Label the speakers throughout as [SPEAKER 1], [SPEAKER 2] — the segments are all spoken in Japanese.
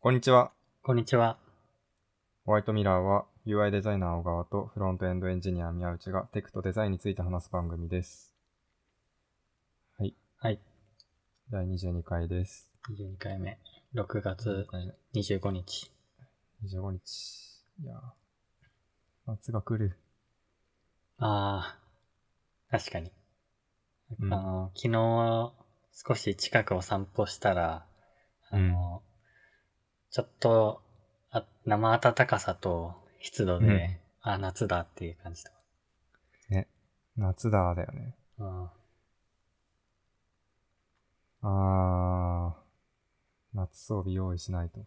[SPEAKER 1] こんにちは。
[SPEAKER 2] こんにちは。
[SPEAKER 1] ホワイトミラーは UI デザイナー小川とフロントエンドエンジニア宮内がテクとデザインについて話す番組です。はい。
[SPEAKER 2] はい。
[SPEAKER 1] 第22回です。
[SPEAKER 2] 22回目。6月
[SPEAKER 1] 今回ね
[SPEAKER 2] 25日。
[SPEAKER 1] 25日。いやー夏が来る。
[SPEAKER 2] ああ、確かに。
[SPEAKER 1] うん
[SPEAKER 2] あの、昨日、少し近くを散歩したら、あの、ちょっと、あ生暖かさと湿度で、
[SPEAKER 1] うん
[SPEAKER 2] あ、夏だっていう感じだ。
[SPEAKER 1] 夏だーだよね。
[SPEAKER 2] うん。
[SPEAKER 1] あー、夏装備用意しないと。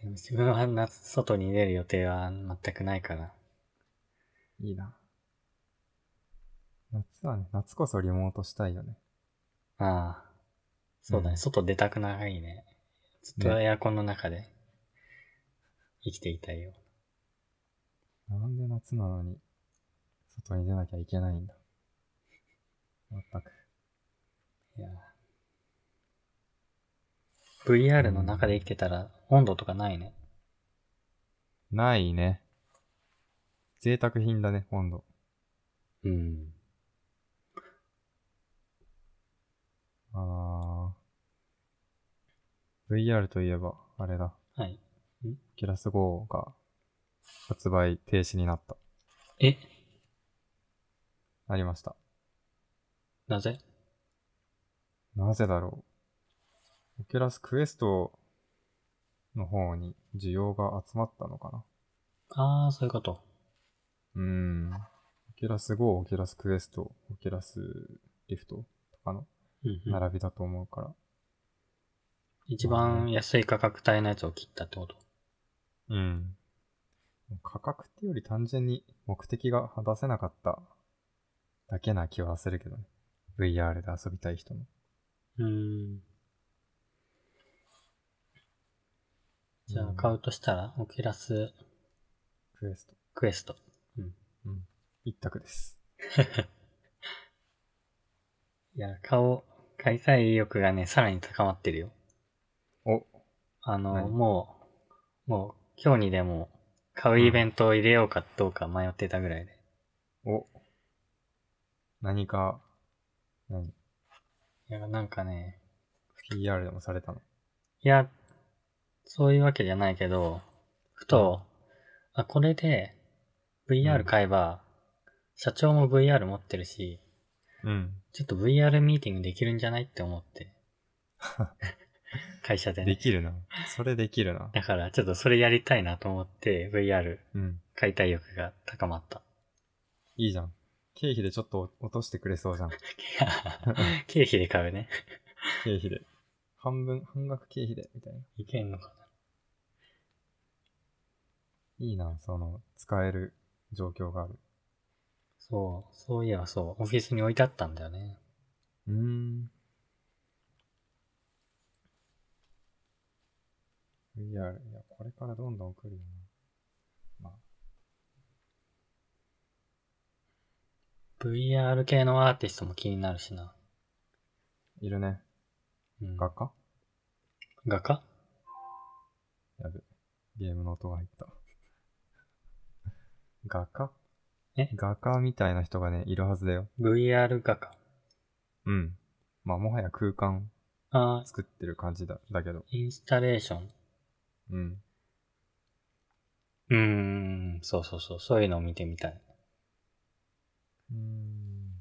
[SPEAKER 2] でも自分は夏、外に出る予定は全くないから。
[SPEAKER 1] いいな。夏はね、夏こそリモートしたいよね。
[SPEAKER 2] ああ、そうだね。
[SPEAKER 1] うん
[SPEAKER 2] 外出たくないね。ずっとエアコンの中で生きていたいよ。
[SPEAKER 1] なんで夏なのに、外に出なきゃいけないんだ。まったく。
[SPEAKER 2] いや。VR の中で生きてたら温度とかないね。
[SPEAKER 1] ないね。贅沢品だね、温度。
[SPEAKER 2] うん。
[SPEAKER 1] あー。VR といえば、あれだ。
[SPEAKER 2] はい。
[SPEAKER 1] キュラス号が発売停止になった。
[SPEAKER 2] え、
[SPEAKER 1] なりました。
[SPEAKER 2] なぜ
[SPEAKER 1] なぜだろう。オキュラスクエストの方に需要が集まったのかな
[SPEAKER 2] ああ、そういうこと。
[SPEAKER 1] うーん。オキュラス GO、オキュラスクエスト、オキュラスリフトとかの
[SPEAKER 2] うん、うん。
[SPEAKER 1] 並びだと思うから。
[SPEAKER 2] 一番安い価格帯のやつを切ったってこと。
[SPEAKER 1] うん。価格っていうより単純に目的が果たせなかっただけな気はするけどね。VR で遊びたい人の。
[SPEAKER 2] うん。じゃあ買うとしたら、オキュラス
[SPEAKER 1] クエスト。
[SPEAKER 2] クエスト。
[SPEAKER 1] 一択です。
[SPEAKER 2] いや、顔、開催意欲がね、さらに高まってるよ。
[SPEAKER 1] お、
[SPEAKER 2] あの、
[SPEAKER 1] 何
[SPEAKER 2] もう、もう、今日にでも、買うイベントを入れようかどうか迷ってたぐらいで。
[SPEAKER 1] お。何か、何
[SPEAKER 2] いや、なんかね、
[SPEAKER 1] ?PR でもされたの。
[SPEAKER 2] いや、そういうわけじゃないけど、ふと、あ、これで、
[SPEAKER 1] うん
[SPEAKER 2] VR 買えば、社長も VR 持ってるし、
[SPEAKER 1] うん。
[SPEAKER 2] ちょっと VR ミーティングできるんじゃないって思って。会社で
[SPEAKER 1] で
[SPEAKER 2] ね。
[SPEAKER 1] きるな。それできるな。
[SPEAKER 2] だから、ちょっとそれやりたいなと思って、VR
[SPEAKER 1] うん。
[SPEAKER 2] 買いたい欲が高まった。
[SPEAKER 1] いいじゃん。経費でちょっと落としてくれそうじゃん。
[SPEAKER 2] 経費で買うね。
[SPEAKER 1] 経費で。半分、半額経費で、みたいな。
[SPEAKER 2] いけんのか
[SPEAKER 1] いいな、その、使える状況がある。
[SPEAKER 2] そう、そういえばそう、オフィスに置いてあったんだよね。
[SPEAKER 1] うーん。VR、いや、これからどんどん来るよな。まあ、
[SPEAKER 2] VR 系のアーティストも気になるしな。
[SPEAKER 1] いるね。
[SPEAKER 2] うん、
[SPEAKER 1] 画家
[SPEAKER 2] 画家
[SPEAKER 1] やべ。ゲームの音が入った。 画家
[SPEAKER 2] え
[SPEAKER 1] 画家みたいな人がね、いるはずだよ。
[SPEAKER 2] ?VR 画家。
[SPEAKER 1] うん。まあ、もはや空間
[SPEAKER 2] あー
[SPEAKER 1] 作ってる感じだ、だけど。
[SPEAKER 2] インスタレーション。
[SPEAKER 1] うん。
[SPEAKER 2] うーん、そうそうそう、そういうのを見てみたい。
[SPEAKER 1] うーん。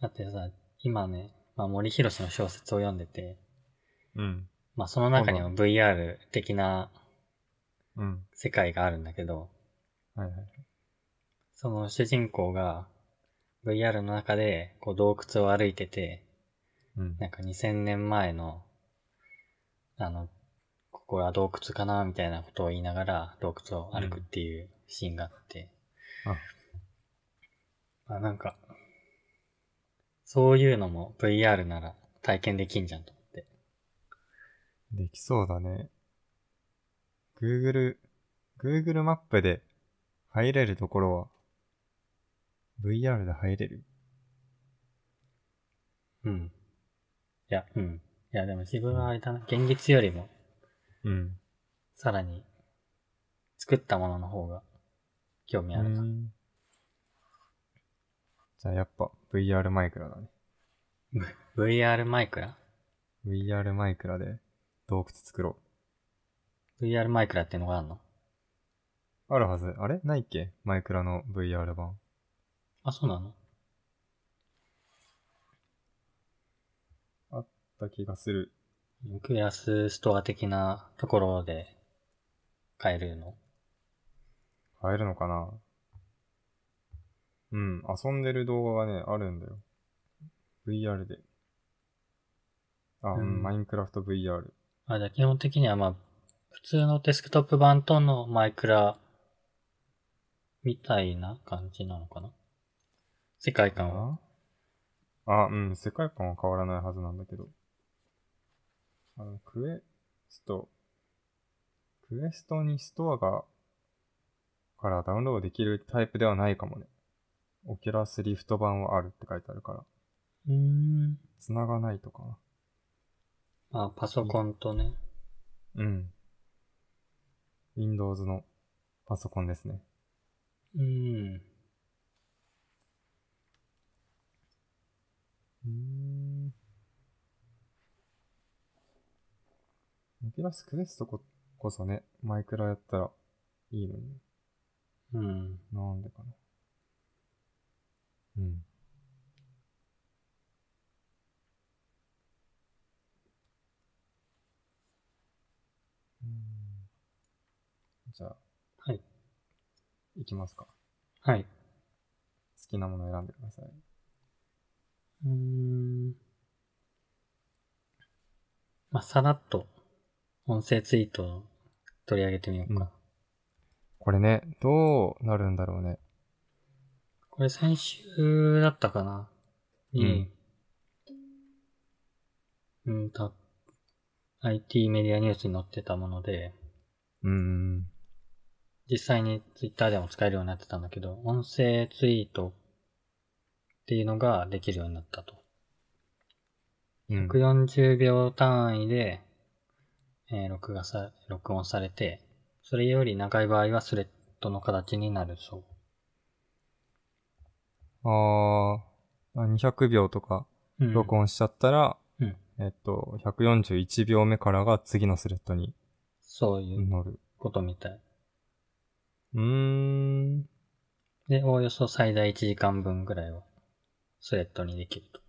[SPEAKER 2] だってさ、今ね、まあ、森博の小説を読んでて、
[SPEAKER 1] うん。
[SPEAKER 2] まあ、その中に
[SPEAKER 1] そ
[SPEAKER 2] も VR 的な
[SPEAKER 1] うん。
[SPEAKER 2] 世界があるんだけど、
[SPEAKER 1] はいはい。
[SPEAKER 2] その主人公が VR の中でこう洞窟を歩いてて、
[SPEAKER 1] うん。
[SPEAKER 2] なんか2000年前の、あの、ここは洞窟かなみたいなことを言いながら洞窟を歩くっていうシーンがあって。
[SPEAKER 1] あ
[SPEAKER 2] あなんか、そういうのも VR なら体験できんじゃんと思って。
[SPEAKER 1] できそうだね。Google、Google マップで入れるところは、VR で入れる
[SPEAKER 2] うん。いや、うん。いや、でも自分はあれだな、現実よりも
[SPEAKER 1] うん。
[SPEAKER 2] さらに、作ったものの方が興味あるな。
[SPEAKER 1] うんじゃあやっぱ VR マイクラだね。
[SPEAKER 2] VR マイクラ
[SPEAKER 1] VR マイクラで洞窟作ろ
[SPEAKER 2] ?VR マイクラっていうのがあるの
[SPEAKER 1] う。あるはず。あれないっけマイクラの VR 版。
[SPEAKER 2] あ、そうなの
[SPEAKER 1] だ気がする。
[SPEAKER 2] クエアスストア的なところで買えるの
[SPEAKER 1] 買えるのかなうん。遊んでる動画がね、あるんだよ。VR で。あ、う、
[SPEAKER 2] うんん
[SPEAKER 1] マインクラフト VR。
[SPEAKER 2] あ、じゃあ基本的にはまあ、普通のデスクトップ版とのマイクラみたいな感じなのかな世界観は。
[SPEAKER 1] ああ、うん、世界観は変わらないはずなんだけど。あの、クエスト、クエストにストアが、からダウンロードできるタイプではないかもね。オキュラスリフト版はあるって書いてあるから。
[SPEAKER 2] うーん。
[SPEAKER 1] 繋がないとか
[SPEAKER 2] まあ、パソコンとね。
[SPEAKER 1] な。うん。Windows のパソコンですね。
[SPEAKER 2] うん。
[SPEAKER 1] うーん。オキュラスクエストここそね、マイクラやったらいいのに。
[SPEAKER 2] うん。
[SPEAKER 1] なんでかな。うん。うんじゃあ、
[SPEAKER 2] はい。
[SPEAKER 1] いきますか。好
[SPEAKER 2] はい。
[SPEAKER 1] きなもの選んでください。
[SPEAKER 2] うーん。まあ、さらっと音声ツイートを取り上げてみようか。
[SPEAKER 1] うんこれね、どうなるんだろうね。
[SPEAKER 2] これ先週だったかなに、うん、た、IT メディアニュースに載ってたもので、
[SPEAKER 1] うんうん
[SPEAKER 2] 実際に Twitter でも使えるようになってたんだけど、音声ツイートっていうのができるようになったと。
[SPEAKER 1] うん。うん。
[SPEAKER 2] 140秒単位で、えー録画さ、録音されて、それより長い場合はスレッドの形になるそう。
[SPEAKER 1] あーあ、200秒とか
[SPEAKER 2] うん
[SPEAKER 1] 録音しちゃったら、
[SPEAKER 2] うん
[SPEAKER 1] えっと、141秒目からが次のスレッドに
[SPEAKER 2] そういう
[SPEAKER 1] 乗る。
[SPEAKER 2] ことみたい。
[SPEAKER 1] うーん。
[SPEAKER 2] で、おおよそ最大1時間分ぐらいはスレッドにできると。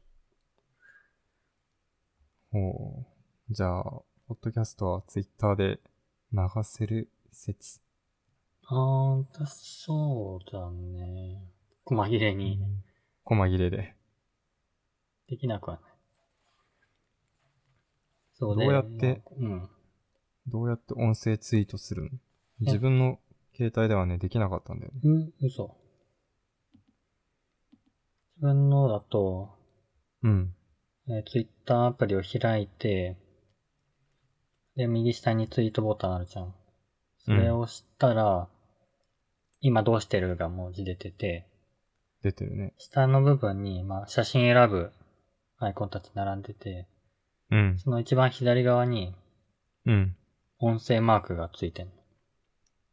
[SPEAKER 1] ほう。じゃあ、ポッドキャストはツイッターで流せる説。
[SPEAKER 2] あー、だそうだね。細切れに
[SPEAKER 1] こま切れで。
[SPEAKER 2] できなくはない。そう
[SPEAKER 1] どうやって、
[SPEAKER 2] うん。
[SPEAKER 1] どうやって音声ツイートするの自分の携帯ではね、できなかったんだよね。
[SPEAKER 2] うん、嘘。自分のだと、
[SPEAKER 1] うん。
[SPEAKER 2] えー、Twitter アプリを開いて、で、右下にツイートボタンあるじゃん。それを押したら、今どうしてるが文字出てて、
[SPEAKER 1] 出てるね。
[SPEAKER 2] 下の部分に、まあ、写真選ぶアイコンたち並んでて、
[SPEAKER 1] うん。
[SPEAKER 2] その一番左側に
[SPEAKER 1] うん。
[SPEAKER 2] 音声マークがついてる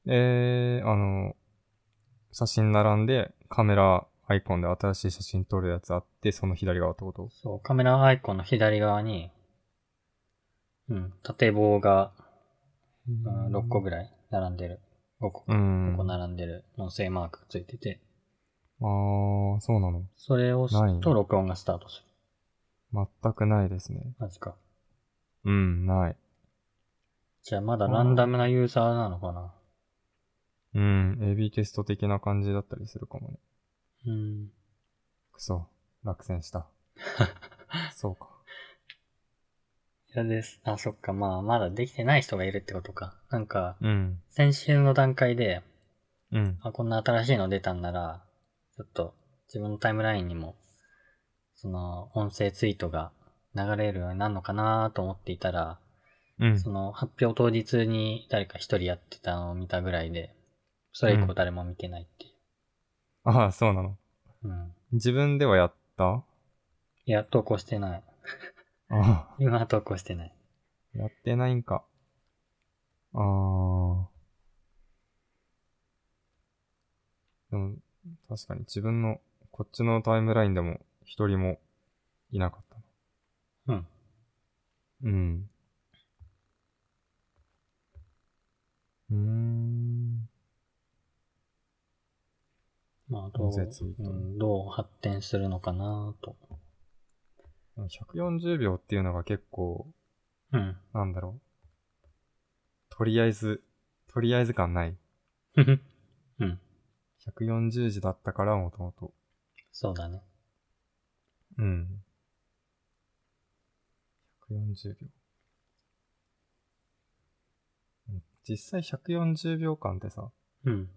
[SPEAKER 1] えー、あの、写真並んで、カメラアイコンで新しい写真撮るやつあって、その左側ってこと
[SPEAKER 2] そう、カメラアイコンの左側に、うん、縦棒が、うん、6個ぐらい並んでる。5個、
[SPEAKER 1] う
[SPEAKER 2] 5
[SPEAKER 1] ん。
[SPEAKER 2] 個並んでる音声マークがついてて、
[SPEAKER 1] あー、そうなの。
[SPEAKER 2] それを押
[SPEAKER 1] ない
[SPEAKER 2] すと録音がスタートする。
[SPEAKER 1] 全くないですね。
[SPEAKER 2] マジか。
[SPEAKER 1] うん、ない。
[SPEAKER 2] じゃあまだランダムなユーザーなのかな
[SPEAKER 1] うん、AB テスト的な感じだったりするかもね。
[SPEAKER 2] うん。
[SPEAKER 1] くそ、落選 した。そうか。
[SPEAKER 2] 嫌です。あ、そっか。まあ、まだできてない人がいるってことか。なんか、
[SPEAKER 1] うん、
[SPEAKER 2] 先週の段階で、
[SPEAKER 1] うん、
[SPEAKER 2] あ、こんな新しいの出たんなら、ちょっと自分のタイムラインにも、その音声ツイートが流れるようになるのかなと思っていたら、
[SPEAKER 1] うん。
[SPEAKER 2] その発表当日に誰か一人やってたのを見たぐらいで、それ以降誰も見てないってい
[SPEAKER 1] ああ、そうなの。
[SPEAKER 2] う。うん。
[SPEAKER 1] 自分ではやった
[SPEAKER 2] いや、投稿してない。
[SPEAKER 1] ああ、
[SPEAKER 2] 今は投稿してない。
[SPEAKER 1] やってないんか。ああ。でも、確かに自分の、こっちのタイムラインでも一人もいなかったな。
[SPEAKER 2] うん。
[SPEAKER 1] うん。うーん。
[SPEAKER 2] まあ、どう、
[SPEAKER 1] 全然ツイー
[SPEAKER 2] う
[SPEAKER 1] ト
[SPEAKER 2] ん、どう発展するのかなと。
[SPEAKER 1] でも140秒っていうのが結構、
[SPEAKER 2] うん。
[SPEAKER 1] なんだろう。とりあえず、とりあえず感ない。
[SPEAKER 2] ふふうん。
[SPEAKER 1] 140字だったから、もともと。
[SPEAKER 2] そうだね。
[SPEAKER 1] うん。140秒。うん実際140秒間ってさ、
[SPEAKER 2] うん。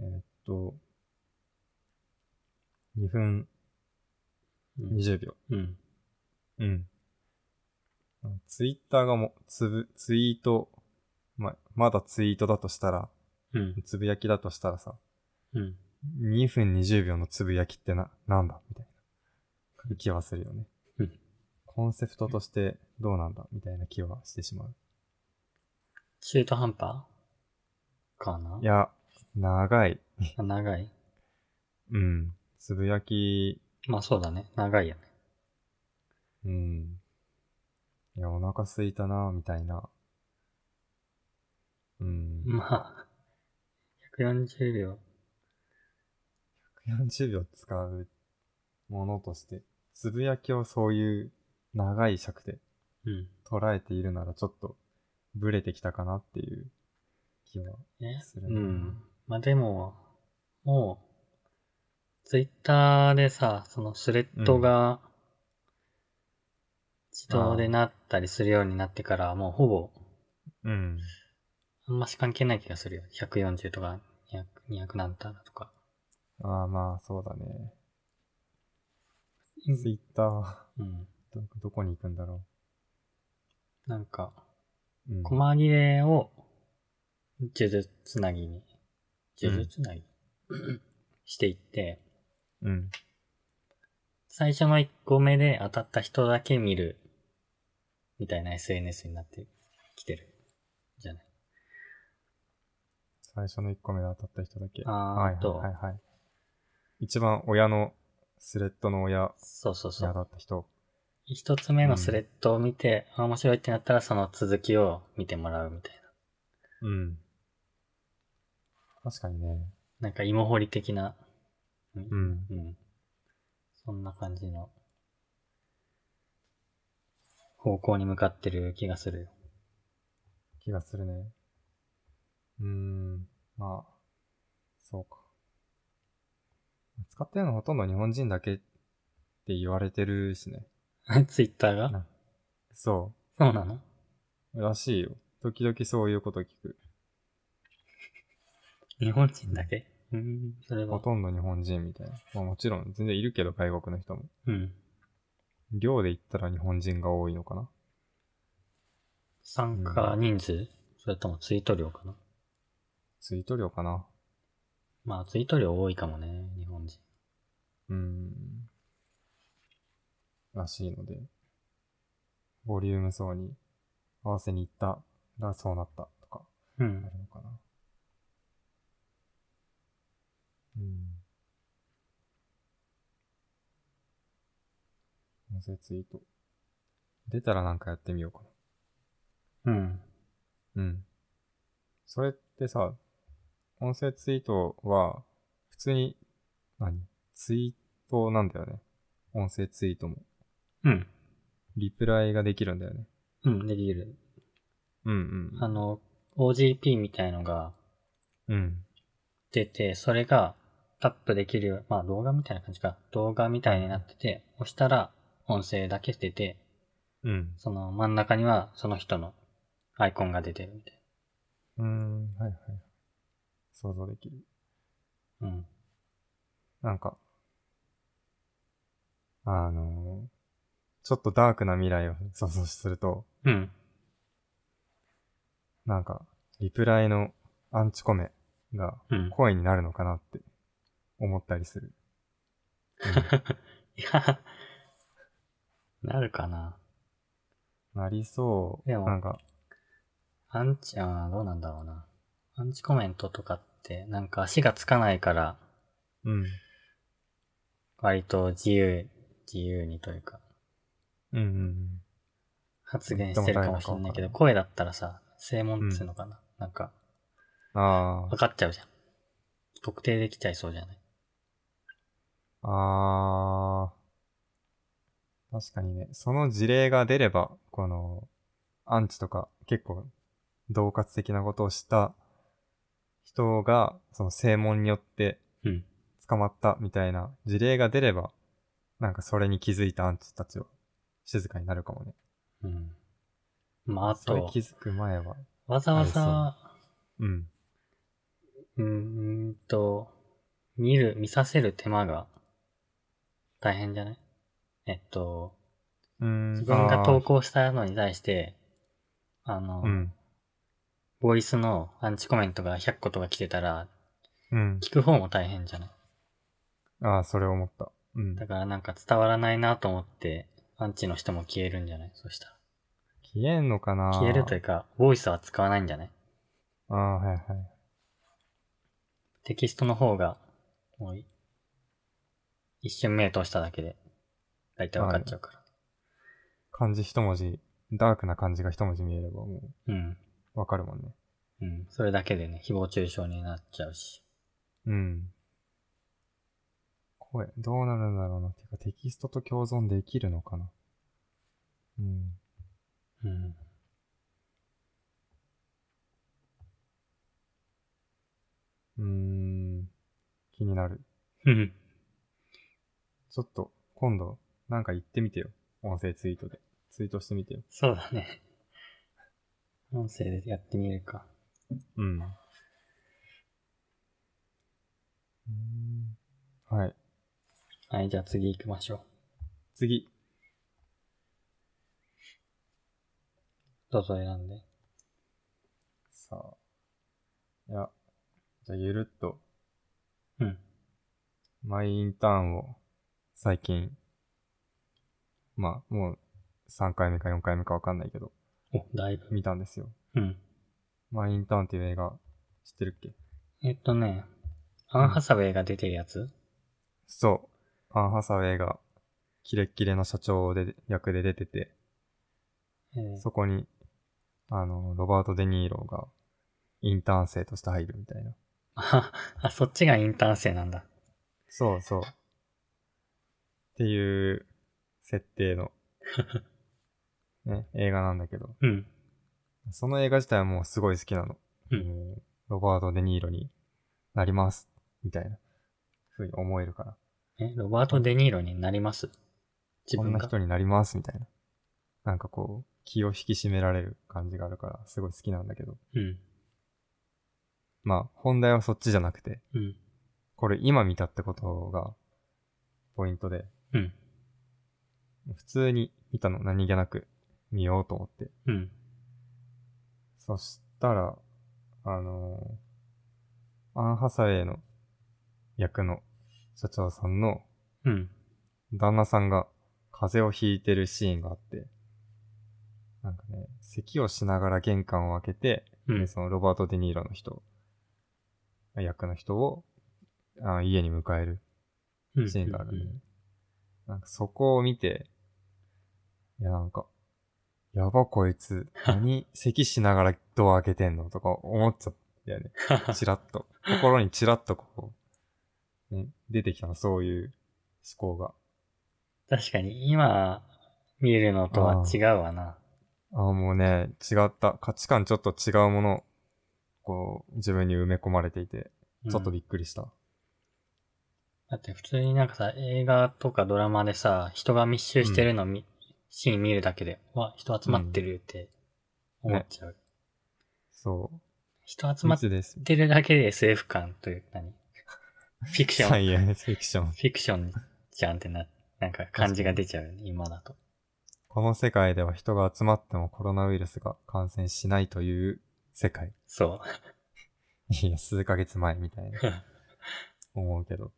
[SPEAKER 1] えーっと、2分
[SPEAKER 2] うん。
[SPEAKER 1] 20秒。
[SPEAKER 2] うん。
[SPEAKER 1] うん。ツイッターがもう、つぶ、ツイート、ま、まだツイートだとしたら、
[SPEAKER 2] うん。
[SPEAKER 1] つぶやきだとしたらさ、
[SPEAKER 2] うん。
[SPEAKER 1] 2分20秒のつぶやきってな、なんだみたいな気はするよね
[SPEAKER 2] うん。
[SPEAKER 1] コンセプトとしてどうなんだみたいな気はしてしまう。
[SPEAKER 2] 中途半端かない
[SPEAKER 1] や、長い。
[SPEAKER 2] あ長い
[SPEAKER 1] うん。つぶやき、
[SPEAKER 2] まあそうだね。長いよね。
[SPEAKER 1] うん。いや、お腹すいたな、みたいな。うん。
[SPEAKER 2] まあ、140秒。
[SPEAKER 1] 40秒使うものとして、つぶやきをそういう長い尺で
[SPEAKER 2] うん。
[SPEAKER 1] 捉えているならちょっとブレてきたかなっていう気は。
[SPEAKER 2] ね
[SPEAKER 1] する
[SPEAKER 2] う
[SPEAKER 1] ね
[SPEAKER 2] ん。まあでも、もう、ツイッターでさ、そのスレッドが自動でなったりするようになってから、もうほぼ、
[SPEAKER 1] うん。
[SPEAKER 2] あんまし関係ない気がするよ。140とか200、200なんたらとか。
[SPEAKER 1] ああまあ、そうだね。ツイッター、
[SPEAKER 2] うん。
[SPEAKER 1] ど、どこに行くんだろ
[SPEAKER 2] なんか、
[SPEAKER 1] う。うん。
[SPEAKER 2] 細切れを、呪術つなぎに、呪術つなぎ、 していって、
[SPEAKER 1] うん。
[SPEAKER 2] 最初の1個目で当たった人だけ見る、みたいな SNS になってきてる。じゃない。
[SPEAKER 1] 最初の1個目で当たった人だけ。
[SPEAKER 2] あー
[SPEAKER 1] はい
[SPEAKER 2] あと
[SPEAKER 1] はいはいはい。一番親の、スレッドの親、
[SPEAKER 2] そうそうそ
[SPEAKER 1] 親
[SPEAKER 2] う。
[SPEAKER 1] だった人。
[SPEAKER 2] 一つ目のスレッドを見て、あ面白いってなったらその続きを見てもらうみたい
[SPEAKER 1] うん。確かにね。
[SPEAKER 2] な。なんか芋掘り的な、うん
[SPEAKER 1] うん。
[SPEAKER 2] うん。そんな感じの方向に向かってる気がするよ。
[SPEAKER 1] 気がするね。うーん。まあ、そうか。使ってるのほとんど日本人だけって言われてるしね。
[SPEAKER 2] ツイッターが
[SPEAKER 1] なそ
[SPEAKER 2] そうなの
[SPEAKER 1] う。らしいよ。時々そういうこと聞く。
[SPEAKER 2] 日本人だけうん。それ
[SPEAKER 1] ほ
[SPEAKER 2] は。
[SPEAKER 1] とんど日本人みたいな。まあもちろん、全然いるけど、外国の人も。
[SPEAKER 2] うん。
[SPEAKER 1] 量で言ったら日本人が多いのかな。
[SPEAKER 2] 参加人数、それともツイート量かな
[SPEAKER 1] ツイート量かな。
[SPEAKER 2] まあ、ツイート量多いかもね、日本人。
[SPEAKER 1] うーん。らしいので、ボリューム層に合わせに行ったらそうなったとか。
[SPEAKER 2] う
[SPEAKER 1] あ
[SPEAKER 2] ん。
[SPEAKER 1] るのかな。うん。音声ツイート。出たらなんかやってみようか
[SPEAKER 2] うん。
[SPEAKER 1] な。うん。それってさ、音声ツイートは、普通に、何ツイートなんだよね。音声ツイートも。
[SPEAKER 2] うん。
[SPEAKER 1] リプライができるんだよね。
[SPEAKER 2] うん、できる。
[SPEAKER 1] うん
[SPEAKER 2] あの、OGP みたいのが
[SPEAKER 1] うん。うん。
[SPEAKER 2] 出て、それがタップできる、まあ動画みたいな感じか。動画みたいになってて、押したら音声だけ出て、
[SPEAKER 1] うん。
[SPEAKER 2] その真ん中にはその人のアイコンが出てるみたいう
[SPEAKER 1] ーん。はいはい。想像できる。
[SPEAKER 2] な。うん。
[SPEAKER 1] なんか、あのちょっとダークな未来を 想像すると、
[SPEAKER 2] うん。
[SPEAKER 1] なんか、リプライのアンチコメが
[SPEAKER 2] うん。
[SPEAKER 1] 声になるのかなって思ったりする。
[SPEAKER 2] いや、なるかな。
[SPEAKER 1] なりそう。
[SPEAKER 2] でも
[SPEAKER 1] なんか、
[SPEAKER 2] アンチ、ああ、どうなんだろうな。アンチコメントとかって、なんか足がつかないから、
[SPEAKER 1] うん。
[SPEAKER 2] 割と自由、自由にというか、
[SPEAKER 1] うんうんうん。
[SPEAKER 2] 発言してるかもしれないけ
[SPEAKER 1] でも誰の顔
[SPEAKER 2] ど、
[SPEAKER 1] か
[SPEAKER 2] 声だったらさ、正門っつうのかな、なんか、
[SPEAKER 1] あ
[SPEAKER 2] 分かっちゃうじゃん。特定できちゃいそうじゃない
[SPEAKER 1] あ。ああ。確かにね、その事例が出れば、この、アンチとか、結構、同喝的なことをした人が、その正門によって
[SPEAKER 2] うん。
[SPEAKER 1] 捕まったみたいな事例が出れば、なんかそれに気づいたアンチたちは、静かになるかもね。
[SPEAKER 2] うん。まあ、あ
[SPEAKER 1] それ
[SPEAKER 2] と
[SPEAKER 1] 気、づく前は、
[SPEAKER 2] わざわざ、
[SPEAKER 1] うん。
[SPEAKER 2] うーんと、見る、見させる手間が大変じゃないえっと、
[SPEAKER 1] うーん。
[SPEAKER 2] 自分が
[SPEAKER 1] 遠
[SPEAKER 2] 投稿したのに対して、あの、
[SPEAKER 1] うん。
[SPEAKER 2] ボイスのアンチコメントが100個とか来てたら、
[SPEAKER 1] うん。
[SPEAKER 2] 聞く方も大変じゃない
[SPEAKER 1] ああ、それ思った。うん。
[SPEAKER 2] だからなんか伝わらないなと思って、アンチの人も消えるんじゃないそした
[SPEAKER 1] 消えんのかな
[SPEAKER 2] ら。消えるといううか、ボイスは使わないんじゃない
[SPEAKER 1] ああ、はいはい。
[SPEAKER 2] テキストの方が、もうい、一瞬目通しただけで、だいたいわかっちゃうから。
[SPEAKER 1] 漢字一文字、ダークな漢字が一文字見えればも
[SPEAKER 2] うん。
[SPEAKER 1] うわかるもんね。
[SPEAKER 2] うん。それだけでね、誹謗中傷になっちゃうし。
[SPEAKER 1] うん。声、どうなるんだろうな。てかテキストと共存できるのかな。うん。
[SPEAKER 2] うん。
[SPEAKER 1] うーん。気になる。
[SPEAKER 2] うん。
[SPEAKER 1] ちょっと、今度、なんか言ってみてよ。音声ツイートで。ツイートしてみてよ。
[SPEAKER 2] そうだね。音声でやってみるか。
[SPEAKER 1] うん。はい。
[SPEAKER 2] はい、じゃあ次行きましょう。
[SPEAKER 1] 次。
[SPEAKER 2] どうぞ選んで。
[SPEAKER 1] さあ。いや、じゃあゆるっと、
[SPEAKER 2] うん。
[SPEAKER 1] マイインターンを、最近、まあ、もう、3回目か4回目かわかんないけど、
[SPEAKER 2] お、だいぶ。
[SPEAKER 1] 見たんですよ。
[SPEAKER 2] うん。
[SPEAKER 1] マイインターンっていう映画、知ってるっけ
[SPEAKER 2] えっとね、アンハサウェイが出てるやつ
[SPEAKER 1] そう。アンハサウェイが、キレッキレの社長で、役で出てて、
[SPEAKER 2] えー
[SPEAKER 1] そこに、あの、ロバート・デ・ニーロが、インターン生として入るみたいな。
[SPEAKER 2] あ、あそっちがインターン生なんだ。
[SPEAKER 1] そうそう。っていう、設定 の、ね、映画なんだけど、
[SPEAKER 2] うん。
[SPEAKER 1] その映画自体はもうすごい好きなの。
[SPEAKER 2] うん
[SPEAKER 1] もうロバート・デ・ニーロになります。みたいな。ふうに思えるから。
[SPEAKER 2] え、ロバート・デ・ニーロになります自
[SPEAKER 1] こん
[SPEAKER 2] 分
[SPEAKER 1] な
[SPEAKER 2] が。
[SPEAKER 1] 人になります。みたいな。なんかこう、気を引き締められる感じがあるから、すごい好きなんだけど。
[SPEAKER 2] うん。
[SPEAKER 1] まあ、本題はそっちじゃなくて、
[SPEAKER 2] うん。
[SPEAKER 1] これ今見たってことが、ポイントで、
[SPEAKER 2] うん。
[SPEAKER 1] 普通に見たの何気なく見ようと思って。
[SPEAKER 2] うん。
[SPEAKER 1] そしたら、あのーアン・ハサウェイの役の社長さんの
[SPEAKER 2] うん。
[SPEAKER 1] 旦那さんが風邪をひいてるシーンがあって、なんかね、咳をしながら玄関を開けて、
[SPEAKER 2] うん
[SPEAKER 1] で、。そのロバート・デ・ニーロの人、役の人をあ家に迎える
[SPEAKER 2] うん
[SPEAKER 1] シーンがあるん
[SPEAKER 2] う
[SPEAKER 1] で、ね
[SPEAKER 2] ん
[SPEAKER 1] なんかそこを見て、いやなんか、やばこい つ、何、咳しながらドア開けてんのとか思っちゃったよね。チラッと。心にチラッとこう、ね、出てきたの、そういう思考が。
[SPEAKER 2] 確かに、今、見るのとは違うわな。
[SPEAKER 1] ああ、もうね、違った。価値観ちょっと違うもの、こう、自分に埋め込まれていて、
[SPEAKER 2] うん
[SPEAKER 1] ちょっとびっくりした。
[SPEAKER 2] だって普通になんかさ、映画とかドラマでさ、人が密集してるのみ、シーン見るだけで、うわ、人集まってるって思っちゃう。
[SPEAKER 1] そう。
[SPEAKER 2] 人集まっ
[SPEAKER 1] 密です。
[SPEAKER 2] てるだけで SF 感という、 何フィクショ
[SPEAKER 1] サイ
[SPEAKER 2] ン。
[SPEAKER 1] エ
[SPEAKER 2] フ
[SPEAKER 1] ンスフィクション。
[SPEAKER 2] ィクションじゃんってな、なんか感じが出ちゃうよね、今だと。
[SPEAKER 1] この世界では人が集まってもコロナウイルスが感染しないという世界。
[SPEAKER 2] そ
[SPEAKER 1] いや、数ヶ月前みたいな
[SPEAKER 2] う。
[SPEAKER 1] 思うけど。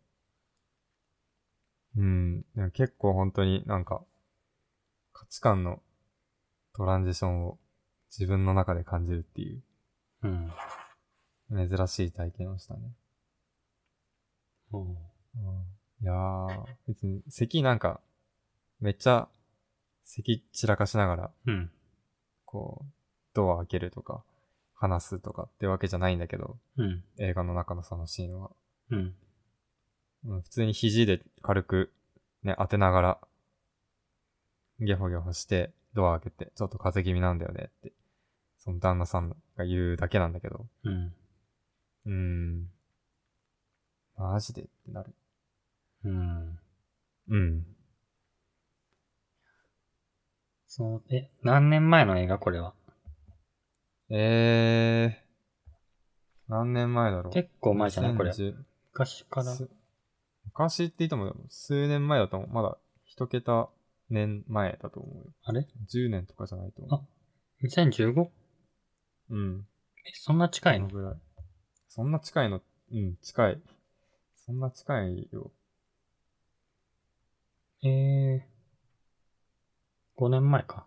[SPEAKER 1] うん。でも結構本当になんか、価値観のトランジションを自分の中で感じるっていう、
[SPEAKER 2] うん。
[SPEAKER 1] 珍しい体験をしたね。
[SPEAKER 2] うん。
[SPEAKER 1] うんいやー、別に、咳なんか、めっちゃ、咳散らかしながら、
[SPEAKER 2] うん。
[SPEAKER 1] こう、ドア開けるとか、話すとかってわけじゃないんだけど、
[SPEAKER 2] うん。
[SPEAKER 1] 映画の中のそのシーンは。
[SPEAKER 2] うん。
[SPEAKER 1] うん普通に肘で軽く、ね、当てながら、ゲホゲホして、ドア開けて、ちょっと風邪気味なんだよねって、その旦那さんが言うだけなんだけど、
[SPEAKER 2] うん。
[SPEAKER 1] うーん。マジでってなる。
[SPEAKER 2] うん。
[SPEAKER 1] うん。
[SPEAKER 2] その、え、何年前の映画これは。
[SPEAKER 1] ええー、何年前だろう。
[SPEAKER 2] 結構前じゃないこれ。
[SPEAKER 1] 2010
[SPEAKER 2] 昔から。
[SPEAKER 1] す昔って言っても、数年前だと思う。まだ一桁年前だと思うよ。
[SPEAKER 2] あれ
[SPEAKER 1] 10年とかじゃないと思う。
[SPEAKER 2] 2015?
[SPEAKER 1] うん。
[SPEAKER 2] え、そんな近いの
[SPEAKER 1] そのぐらい。そんな近いの、うん、近い。そんな近いよ。
[SPEAKER 2] ええー。5年前か。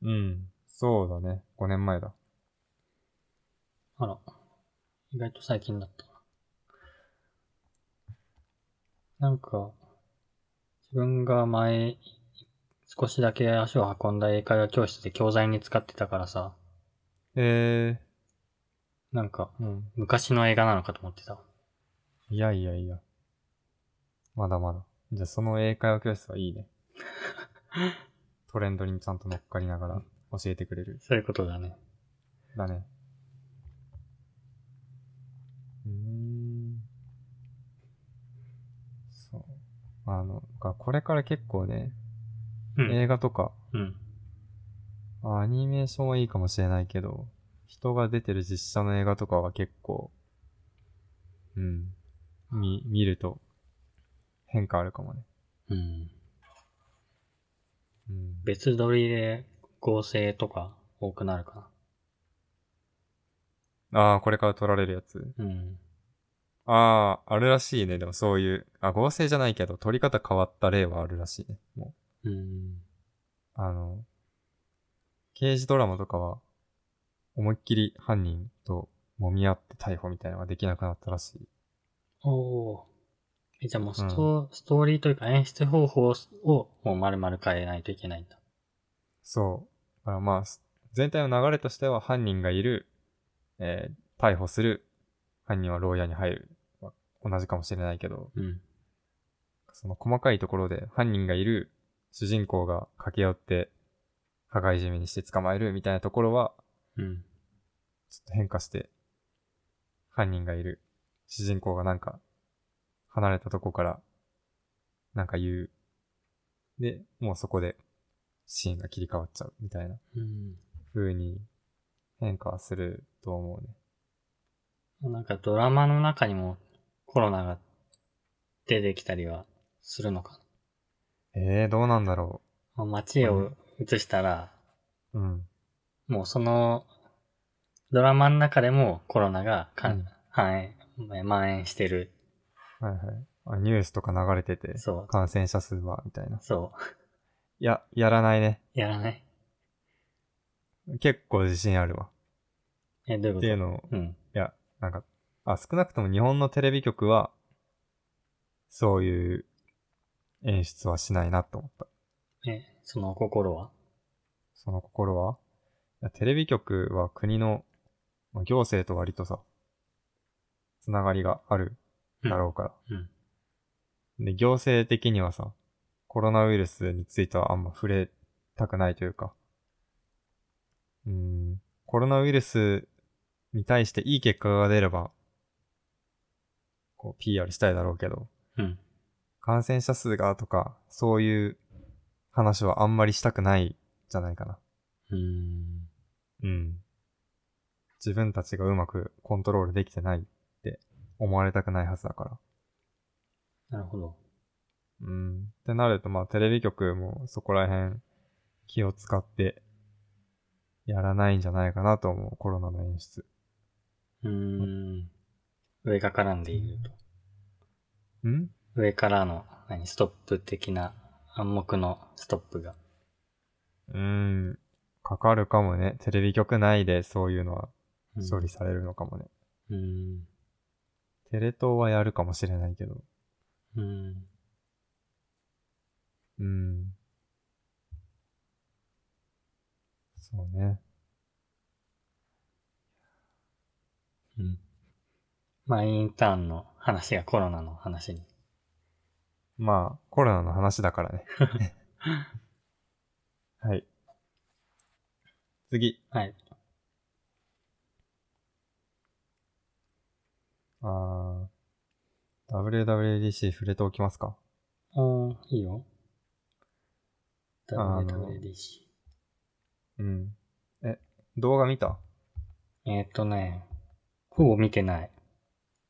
[SPEAKER 1] うん。そうだね。5年前だ。
[SPEAKER 2] あら。意外と最近だったな。なんか、自分が前、少しだけ足を運んだ英会話教室で教材に使ってたからさ、
[SPEAKER 1] え
[SPEAKER 2] なんか、
[SPEAKER 1] えー、うん。
[SPEAKER 2] 昔の映画なのかと思ってた。
[SPEAKER 1] いやいやいや。まだまだ。じゃあその英会話教室はいい ね。トレンドにちゃんと乗っかりながら教えてくれる。
[SPEAKER 2] そういうことだね。
[SPEAKER 1] だね。うーん。そう。あの、がこれから結構ね、
[SPEAKER 2] うん。
[SPEAKER 1] 映画とか、
[SPEAKER 2] うん。
[SPEAKER 1] あアニメーションはいいかもしれないけど、人が出てる実写の映画とかは結構、うん、見、見ると変化あるかもね。
[SPEAKER 2] うん。
[SPEAKER 1] うん。
[SPEAKER 2] 別撮りで合成とか多くなるか
[SPEAKER 1] ああ、これから撮られるやつ。
[SPEAKER 2] な。うん。
[SPEAKER 1] ああ、あるらしいね。でもそういう、あ、合成じゃないけど、撮り方変わった例はあるらしいね。もう。
[SPEAKER 2] うん。
[SPEAKER 1] あの、刑事ドラマとかは、思いっきり犯人と揉み合って逮捕みたいなのができなくなったらしい。
[SPEAKER 2] おおー。え、じゃあもうスト,、ストーリーというか演出方法をもう丸々変えないといけないんだ。
[SPEAKER 1] そう。だからまあ、す全体の流れとしては犯人がいる、えー逮捕する、犯人は牢屋に入るは同じかもしれないけど、
[SPEAKER 2] うん。
[SPEAKER 1] その細かいところで犯人がいる主人公が駆け寄って、羽交い締めにして捕まえるみたいなところは、
[SPEAKER 2] う
[SPEAKER 1] ちょ
[SPEAKER 2] ん。
[SPEAKER 1] っと変化して、犯人がいる主人公がなんか、離れたとこから、なんか言う。で、もうそこで、シーンが切り替わっちゃうみたいな
[SPEAKER 2] うん。
[SPEAKER 1] 風に変化はすると思うね。
[SPEAKER 2] なんかドラマの中にもコロナが出てきたりはするのか
[SPEAKER 1] ええー、どうなんだろ
[SPEAKER 2] な。街を映したら、
[SPEAKER 1] う。うん。
[SPEAKER 2] もうその、ドラマの中でもコロナがかん、
[SPEAKER 1] うん
[SPEAKER 2] 反映、蔓延してる。
[SPEAKER 1] はいはい。あニュースとか流れてて、
[SPEAKER 2] そう。
[SPEAKER 1] 感染者数は、みたいな。
[SPEAKER 2] そ
[SPEAKER 1] いや、やらないね。
[SPEAKER 2] う。やらない。
[SPEAKER 1] 結構自信あるわ。
[SPEAKER 2] え、どう
[SPEAKER 1] っ
[SPEAKER 2] いうこ
[SPEAKER 1] て
[SPEAKER 2] と
[SPEAKER 1] いうのを、
[SPEAKER 2] うん。
[SPEAKER 1] いや、なんか、あ、少なくとも日本のテレビ局は、そういう演出はしないなと思った。
[SPEAKER 2] え、その心は
[SPEAKER 1] その心はいやテレビ局は国の、まあ行政と割とさ、つながりがあるだろうから。
[SPEAKER 2] うん
[SPEAKER 1] で、行政的にはさ、コロナウイルスについてはあんま触れたくないというか、うーん、コロナウイルスに対していい結果が出れば、こう PR したいだろうけど、
[SPEAKER 2] うん。
[SPEAKER 1] 感染者数がとか、そういう話はあんまりしたくないんじゃないかな。
[SPEAKER 2] うーん。
[SPEAKER 1] うん。自分たちがうまくコントロールできてないって思われたくないはずだから。
[SPEAKER 2] なるほど。
[SPEAKER 1] うん。ってなると、まあ、テレビ局もそこら辺気を使ってやらないんじゃないかなと思う、コロナの演出。
[SPEAKER 2] うーん。上が絡んでいる
[SPEAKER 1] ん
[SPEAKER 2] と。上からの、何、ストップ的な、暗黙のストップが。
[SPEAKER 1] うーん。絡かかるかもね。テレビ局内でそういうのは
[SPEAKER 2] うん
[SPEAKER 1] 処理されるのかもね。
[SPEAKER 2] うん。
[SPEAKER 1] テレ東はやるかもしれないけど。
[SPEAKER 2] うん。
[SPEAKER 1] うん。そうね。
[SPEAKER 2] うん。まあ、インターンの話がコロナの話に。
[SPEAKER 1] まあ、コロナの話だから ね。はい。次。
[SPEAKER 2] はい。
[SPEAKER 1] あー WWDC 触れておきますか。
[SPEAKER 2] おー、いいよ。
[SPEAKER 1] あの
[SPEAKER 2] WWDC。
[SPEAKER 1] うん。え、動画見た
[SPEAKER 2] えーっとね、ほぼ見てない。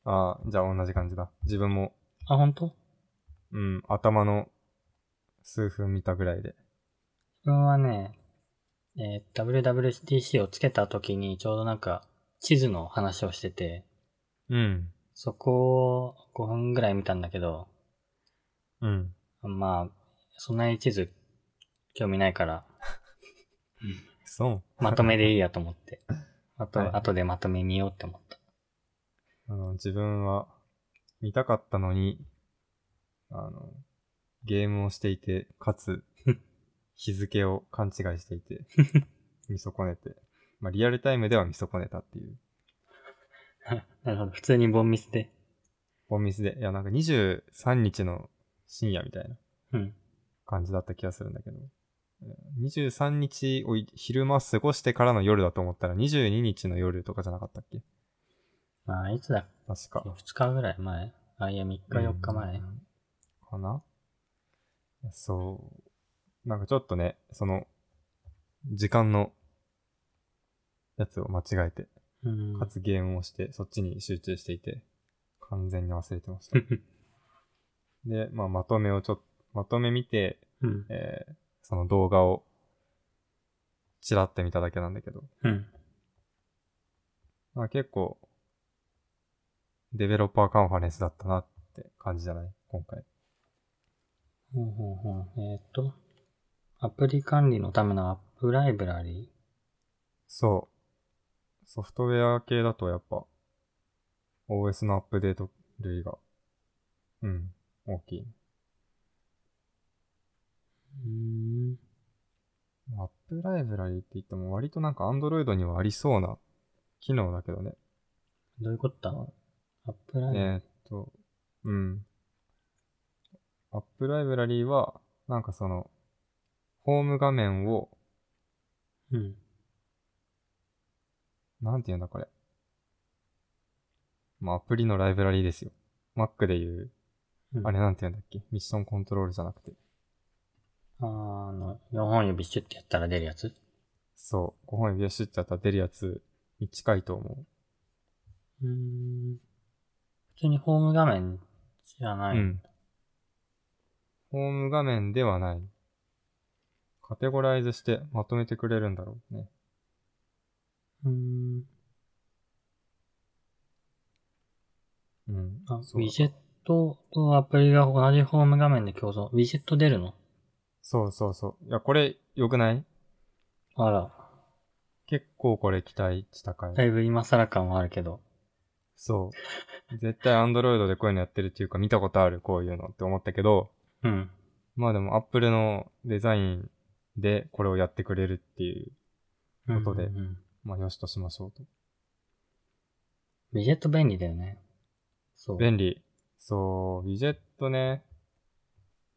[SPEAKER 1] ああ、じゃあ同じ感じだ。自分も、
[SPEAKER 2] あ、本当？
[SPEAKER 1] うん、頭の数分見たぐらいで。
[SPEAKER 2] 自分はね、えー WWDC をつけた時にちょうどなんか地図の話をしてて、
[SPEAKER 1] うん。
[SPEAKER 2] そこを5分ぐらい見たんだけど、
[SPEAKER 1] うん。
[SPEAKER 2] まあ、そんなに地図興味ないから、
[SPEAKER 1] そう。
[SPEAKER 2] まとめでいいやと思って。 あと、
[SPEAKER 1] はいはい
[SPEAKER 2] 後でまとめ見ようって思った。
[SPEAKER 1] あの、自分は見たかったのに、あの、ゲームをしていて、か つ、日付を勘違いしていて、 見損ねて、まあ、リアルタイムでは見損ねたっていう。
[SPEAKER 2] なるほど。普通にボンミスで。
[SPEAKER 1] 本ミスで、いや、なんか23日の深夜みたいな
[SPEAKER 2] うん。
[SPEAKER 1] 感じだった気がするんだけど、えー23日をい昼間過ごしてからの夜だと思ったら、22日の夜とかじゃなかったっけ
[SPEAKER 2] まあ、いつだっ
[SPEAKER 1] 確
[SPEAKER 2] け
[SPEAKER 1] か。
[SPEAKER 2] ?2 日ぐらい前あ、いや、3日4日前。
[SPEAKER 1] うんかないやそう。なんかちょっとね、その、時間のやつを間違えて、
[SPEAKER 2] うん。
[SPEAKER 1] かつゲームをして、そっちに集中していて、完全に忘れてま した。で、まあ、まとめをちょっと、まとめ見て、
[SPEAKER 2] うん。
[SPEAKER 1] えーその動画を、チラって見ただけなんだけど、
[SPEAKER 2] うん。
[SPEAKER 1] まあ、結構、デベロッパーカンファレンスだったなって感じじゃない今回。
[SPEAKER 2] ほうほうほう。えーっと、アプリ管理のためのアップライブラリ
[SPEAKER 1] そう。ソフトウェア系だとやっぱ、OS のアップデート類が、うん、大きい。
[SPEAKER 2] ーうん。
[SPEAKER 1] アップライブラリーって言っても割となんか Android にはありそうな機能だけどね。
[SPEAKER 2] どういうことだアップライブ
[SPEAKER 1] えーっと、うん。アップライブラリーは、なんかその、ホーム画面を、
[SPEAKER 2] うん。
[SPEAKER 1] なんて言うんだこれ。まあ、アプリのライブラリーですよ。Mac でいう、
[SPEAKER 2] うん
[SPEAKER 1] あれなんて言うんだっけミッションコントロールじゃなくて。
[SPEAKER 2] あーあの、4本指シュッてやったら出るやつ
[SPEAKER 1] そう。5本指でシュッてやったら出るやつに近いと思
[SPEAKER 2] うーん。普通にホーム画面じゃ
[SPEAKER 1] う。
[SPEAKER 2] ない。
[SPEAKER 1] うん。ホーム画面ではない。カテゴライズしてまとめてくれるんだろうね。
[SPEAKER 2] うーん。
[SPEAKER 1] うん。
[SPEAKER 2] あ、ウ
[SPEAKER 1] そうだ
[SPEAKER 2] ィジェットとアプリが同じホーム画面で競争。ウィジェット出るの
[SPEAKER 1] そうそうそう。いや、これ良くない
[SPEAKER 2] あら、
[SPEAKER 1] 結構これ期待値高い。
[SPEAKER 2] だいぶ今更感はあるけど。
[SPEAKER 1] そう。絶対 Android でこういうのやってるっていうか見たことあるこういうのって思ったけど、
[SPEAKER 2] うん。
[SPEAKER 1] まあでも Apple のデザインでこれをやってくれるっていう、ことで
[SPEAKER 2] うんうんうん
[SPEAKER 1] まあ良しとしましょうと。
[SPEAKER 2] ウィジェット便利だよね。そう。
[SPEAKER 1] 便利。そう、ウィジェットね。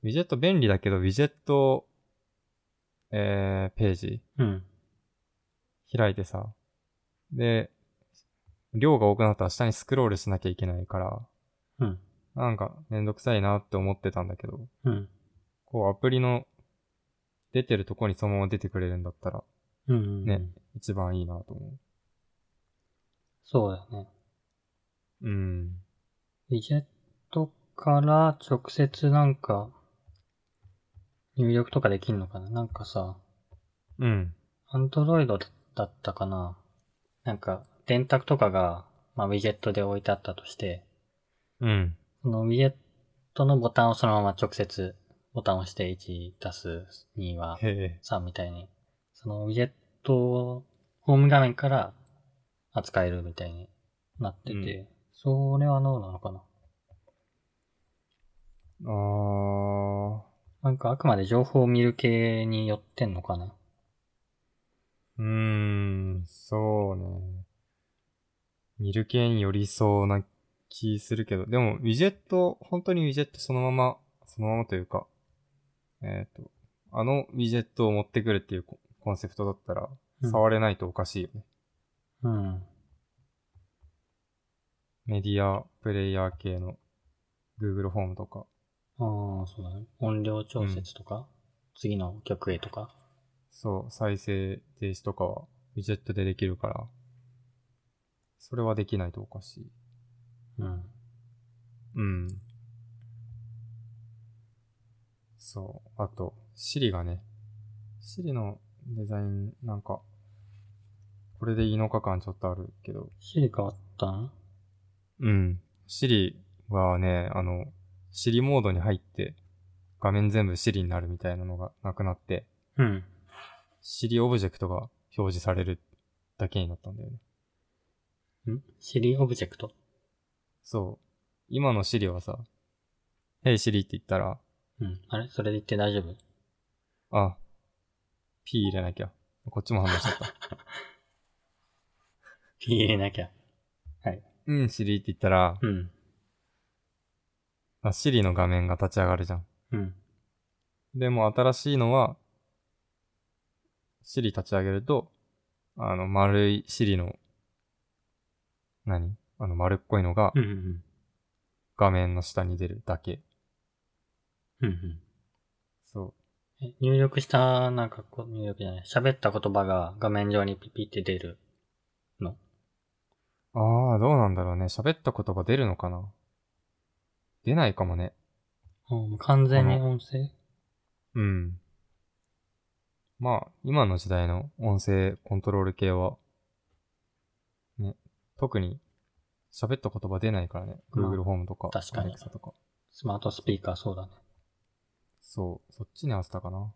[SPEAKER 1] ウィジェット便利だけど、ウィジェット、えー、ページ
[SPEAKER 2] うん。
[SPEAKER 1] 開いてさ。で、量が多くなったら下にスクロールしなきゃいけないから、
[SPEAKER 2] うん。
[SPEAKER 1] なんかめんどくさいなって思ってたんだけど、
[SPEAKER 2] うん。
[SPEAKER 1] こうアプリの出てるとこにそのまま出てくれるんだったら
[SPEAKER 2] うんうんうん。
[SPEAKER 1] ね一番いいなと思
[SPEAKER 2] そうだよね。
[SPEAKER 1] う。うん。
[SPEAKER 2] ウィジェットから直接なんか、入力とかできんのかななんかさ、
[SPEAKER 1] うん。
[SPEAKER 2] アンドロイドだったかななんか、電卓とかが、まあ、ウィジェットで置いてあったとして、
[SPEAKER 1] うん。
[SPEAKER 2] そのウィジェットのボタンをそのまま直接ボタンを押して1足す2は
[SPEAKER 1] へえ。
[SPEAKER 2] 3みたいに、そのウィジェット、ホーム画面から扱えるみたいになってて、
[SPEAKER 1] うん
[SPEAKER 2] それはどうなのかな
[SPEAKER 1] あー、
[SPEAKER 2] なんかあくまで情報を見る系によってんのかな
[SPEAKER 1] うーん、そうね。見る系に寄りそうな気するけど、でも、ウィジェット、本当にウィジェットそのまま、そのままというか、えっ、と、あのウィジェットを持ってくるっていうココンセプトだったら、
[SPEAKER 2] うん
[SPEAKER 1] 触れないとおかしいよね。
[SPEAKER 2] うん。
[SPEAKER 1] メディア、プレイヤー系の Google フォームとか。
[SPEAKER 2] ああ、そうだね。音量調節とか、次の曲へとか。
[SPEAKER 1] そう、再生停止とかは、ウィジェットでできるから、それはできないとおかしい。
[SPEAKER 2] うん。
[SPEAKER 1] うん。そう、あと、Siri がね、Siri のデザイン、なんか、これでいいのか感ちょっとあるけど、
[SPEAKER 2] シリ変わったん
[SPEAKER 1] うん。Siri はね、あの、Siri モードに入って、画面全部 Siri になるみたいなのがなくなって、
[SPEAKER 2] うん。
[SPEAKER 1] Siri オブジェクトが表示されるだけになったんだよね。
[SPEAKER 2] んシリオブジェクト。
[SPEAKER 1] そう。今の Siri はさ、Hey Siri って言ったら、
[SPEAKER 2] うん。あれそれで言って大丈夫
[SPEAKER 1] あ、P 入れなきゃ。こっちも反応しちゃった。
[SPEAKER 2] ピー入れなきゃ。
[SPEAKER 1] うん、シリって言ったら、
[SPEAKER 2] うん。
[SPEAKER 1] あシリの画面が立ち上がるじゃん。
[SPEAKER 2] うん。
[SPEAKER 1] でも新しいのは、シリ立ち上げると、あの、丸いシリの、何あの、丸っこいのが
[SPEAKER 2] うん。うん。
[SPEAKER 1] 画面の下に出るだけ。
[SPEAKER 2] うん。うん。
[SPEAKER 1] そ
[SPEAKER 2] え入力した、なんかこう、入力じゃない。喋った言葉が画面上にピピって出る。
[SPEAKER 1] う。ああ、どうなんだろうね。喋った言葉出るのかな出ないかもね。
[SPEAKER 2] あもう完全に音声
[SPEAKER 1] うん。まあ、今の時代の音声コントロール系は、ね、特に喋った言葉出ないからね。
[SPEAKER 2] まあ
[SPEAKER 1] Google ホームとか、
[SPEAKER 2] 確かに
[SPEAKER 1] Alexa とか。
[SPEAKER 2] スマートスピーカーそうだね。
[SPEAKER 1] そう、そっちに合わせたかな。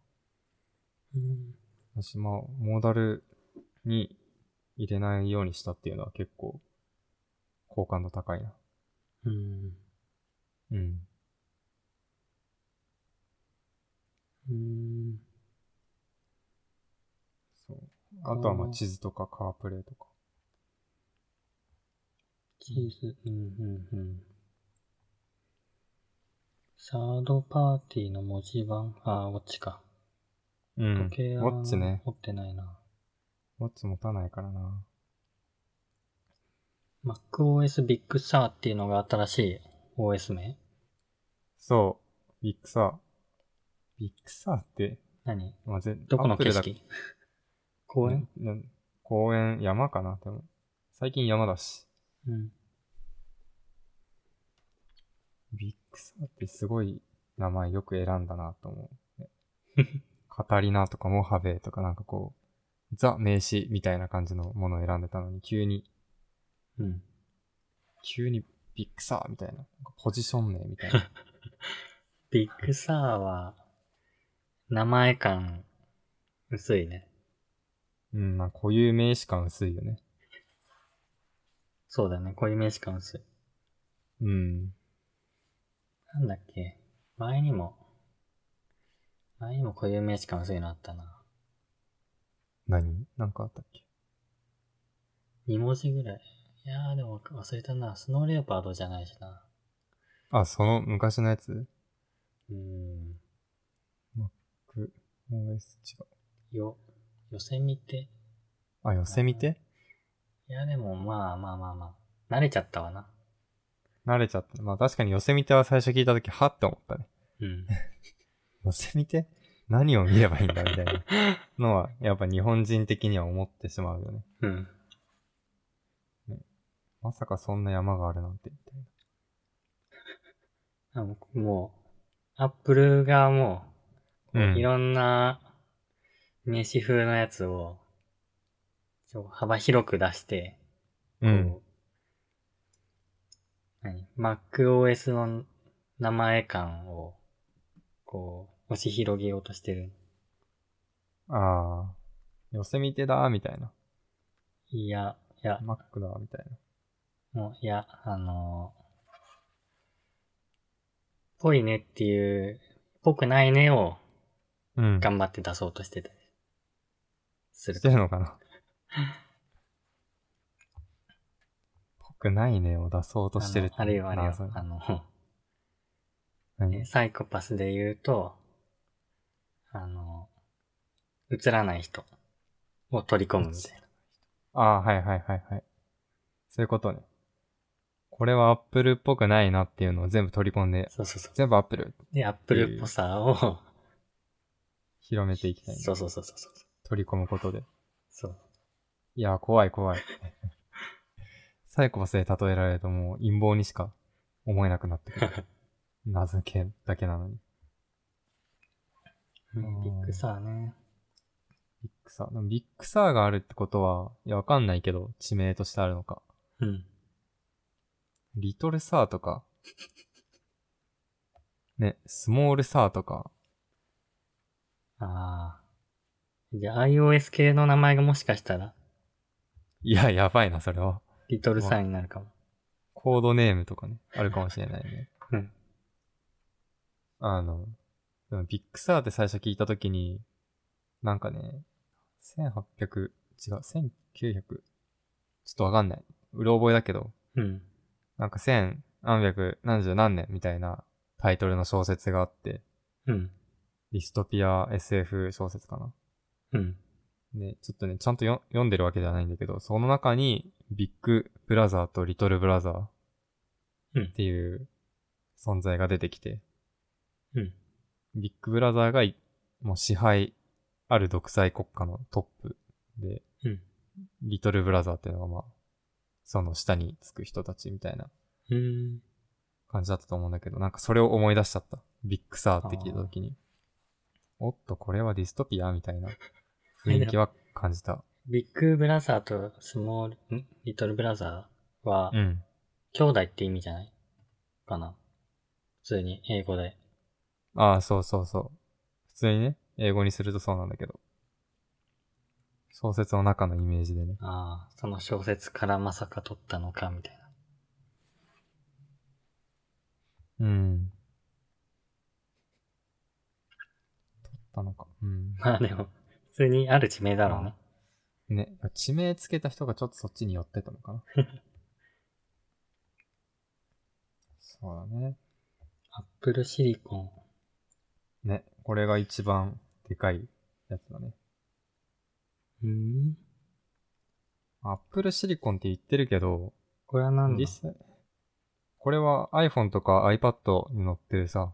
[SPEAKER 2] うん。
[SPEAKER 1] 私、まあ、モーダルに入れないようにしたっていうのは結構、好感度高いな。
[SPEAKER 2] うん。
[SPEAKER 1] うん。
[SPEAKER 2] うん。
[SPEAKER 1] そう。あとはま
[SPEAKER 2] あ
[SPEAKER 1] あ、
[SPEAKER 2] ー
[SPEAKER 1] 地図とかカープレイとか。
[SPEAKER 2] チーズ、うんうんうん。サードパーティーの文字盤、あー、ウォッチか。
[SPEAKER 1] うん。ウ
[SPEAKER 2] 時計は
[SPEAKER 1] ォッチね。
[SPEAKER 2] 持ってないな。
[SPEAKER 1] ウォッチ持たないからな。
[SPEAKER 2] MacOS Big Sur っていうのが新しい OS 名
[SPEAKER 1] そう。ビッグサー。ビッグサーって、
[SPEAKER 2] 何
[SPEAKER 1] まあ、全
[SPEAKER 2] どこ
[SPEAKER 1] ア
[SPEAKER 2] の
[SPEAKER 1] ップ
[SPEAKER 2] 景
[SPEAKER 1] ルだ
[SPEAKER 2] 色公園
[SPEAKER 1] なな公園、山かなでも、最近山だし。
[SPEAKER 2] うん。
[SPEAKER 1] ビッグサーってすごい名前よく選んだなと思うね。カタリナとかモハベとかなんかこう、ザ名詞みたいな感じのものを選んでたのに、急に、
[SPEAKER 2] うん。
[SPEAKER 1] 急にビッグサーみたいな、なんかポジション名みたい な。
[SPEAKER 2] ビッグサーは、名前感、薄いね。
[SPEAKER 1] うん、まあこういう名詞感薄いよね。
[SPEAKER 2] そうだよね。こういう名詞感薄い。
[SPEAKER 1] うん。
[SPEAKER 2] なんだっけ前にも、前にもこういう名詞感薄いのあったな。
[SPEAKER 1] 何なんかあったっけ
[SPEAKER 2] 2文字ぐらい。いやーでも忘れたな。スノーレオパードじゃないしな。
[SPEAKER 1] あ、その昔のやつ
[SPEAKER 2] うーん。
[SPEAKER 1] く ?OS 違う。
[SPEAKER 2] よ、寄せみて。
[SPEAKER 1] あ、寄せみて
[SPEAKER 2] いやでもまあまあまあまあ。慣れちゃったわな。
[SPEAKER 1] 慣れちゃった。まあ確かに寄せみては最初聞いたとき、はって思ったね。
[SPEAKER 2] うん。
[SPEAKER 1] 寄せみて何を見ればいいんだみたい なのは、やっぱ日本人的には思ってしまうよね。
[SPEAKER 2] うん。
[SPEAKER 1] まさかそんな山があるなんて、みたいな。
[SPEAKER 2] あのもう、アップル側も、こう
[SPEAKER 1] うん
[SPEAKER 2] いろんな名刺風のやつを、ちょ幅広く出して、
[SPEAKER 1] うん。
[SPEAKER 2] こう何 ?MacOS の名前感を、こう、押し広げようとしてる。
[SPEAKER 1] ああ。寄せみてだーみたいな。
[SPEAKER 2] いや、いや、
[SPEAKER 1] マックだーみたいな。
[SPEAKER 2] もう、いや、あのー、ぽいねっていう、ぽくないねを
[SPEAKER 1] うん。
[SPEAKER 2] 頑張って出そうとしてたりする
[SPEAKER 1] して。るのかな ぽくないねを出そうとしてる
[SPEAKER 2] あのあるいはあるいは
[SPEAKER 1] それ
[SPEAKER 2] あの、
[SPEAKER 1] 何
[SPEAKER 2] ねサイコパスで言うと、あの、映らない人を取り込むみたいな。
[SPEAKER 1] ああ、はいはいはいはい。そういうことね。これはアップルっぽくないなっていうのを全部取り込んで、
[SPEAKER 2] そうそうそう。
[SPEAKER 1] 全部アップル
[SPEAKER 2] で、アップルっぽさを、
[SPEAKER 1] 広めていきたいね、
[SPEAKER 2] そうそうそうそうそう。
[SPEAKER 1] 取り込むことで。
[SPEAKER 2] そう。
[SPEAKER 1] いやー、怖い怖い。 サイコパスで例えられるともう陰謀にしか思えなくなってく る。名付けだけなのに。
[SPEAKER 2] ビ
[SPEAKER 1] ん
[SPEAKER 2] ッグさね。
[SPEAKER 1] ビッグサー。でもビッグサーがあるってことは、いや、わかんないけど、地名としてあるのか。
[SPEAKER 2] うん。
[SPEAKER 1] リトルサーと か、ね、スモールサーとか、
[SPEAKER 2] ああ。じゃあ iOS 系の名前がもしかしたら、
[SPEAKER 1] いや、やばいな、それは。
[SPEAKER 2] リトルサインになるかも。
[SPEAKER 1] コードネームとかね、あるかもしれないね。
[SPEAKER 2] うん。
[SPEAKER 1] あの、でもビッグサーって最初聞いたときに、なんかね、1800、違う、1900、ちょっとわかんない。うろ覚えだけど、
[SPEAKER 2] うん。
[SPEAKER 1] なんか1000、何百、何十何年みたいなタイトルの小説があって、
[SPEAKER 2] うん。
[SPEAKER 1] ディストピア SF 小説かな。
[SPEAKER 2] うん。
[SPEAKER 1] で、ちょっとね、ちゃんとよ読んでるわけではないんだけど、その中に、ビッグブラザーとリトルブラザ
[SPEAKER 2] うん
[SPEAKER 1] ーっていう存在が出てきて、
[SPEAKER 2] うん。
[SPEAKER 1] ビッグブラザーがい、もう支配ある独裁国家のトップで、
[SPEAKER 2] うん
[SPEAKER 1] リトルブラザーっていうのがまあ、その下につく人たちみたいな
[SPEAKER 2] うん。
[SPEAKER 1] 感じだったと思うんだけど、なんかそれを思い出しちゃった。ビッグサーって聞いた時に。おっと、これはディストピアみた いな雰囲気は感じた。
[SPEAKER 2] ビッグブラザーとスモール、んリトルブラザーは、
[SPEAKER 1] うん。
[SPEAKER 2] 兄弟って意味じゃないかな。普通に英語で。
[SPEAKER 1] ああ、そうそうそう。普通にね、英語にするとそうなんだけど。小説の中のイメージでね。
[SPEAKER 2] ああ、その小説からまさか取ったのか、みたいな。
[SPEAKER 1] うん。取ったのか。うん。
[SPEAKER 2] まあでも、普通にある地名だろうね。
[SPEAKER 1] ね、地名つけた人がちょっとそっちに寄ってたのかな。そうだね。
[SPEAKER 2] アップルシリコン。
[SPEAKER 1] ね、これが一番でかいやつだね。
[SPEAKER 2] うん
[SPEAKER 1] アップルシリコンって言ってるけど、
[SPEAKER 2] これは何だ
[SPEAKER 1] 実際、これは iPhone とか iPad に載ってるさ、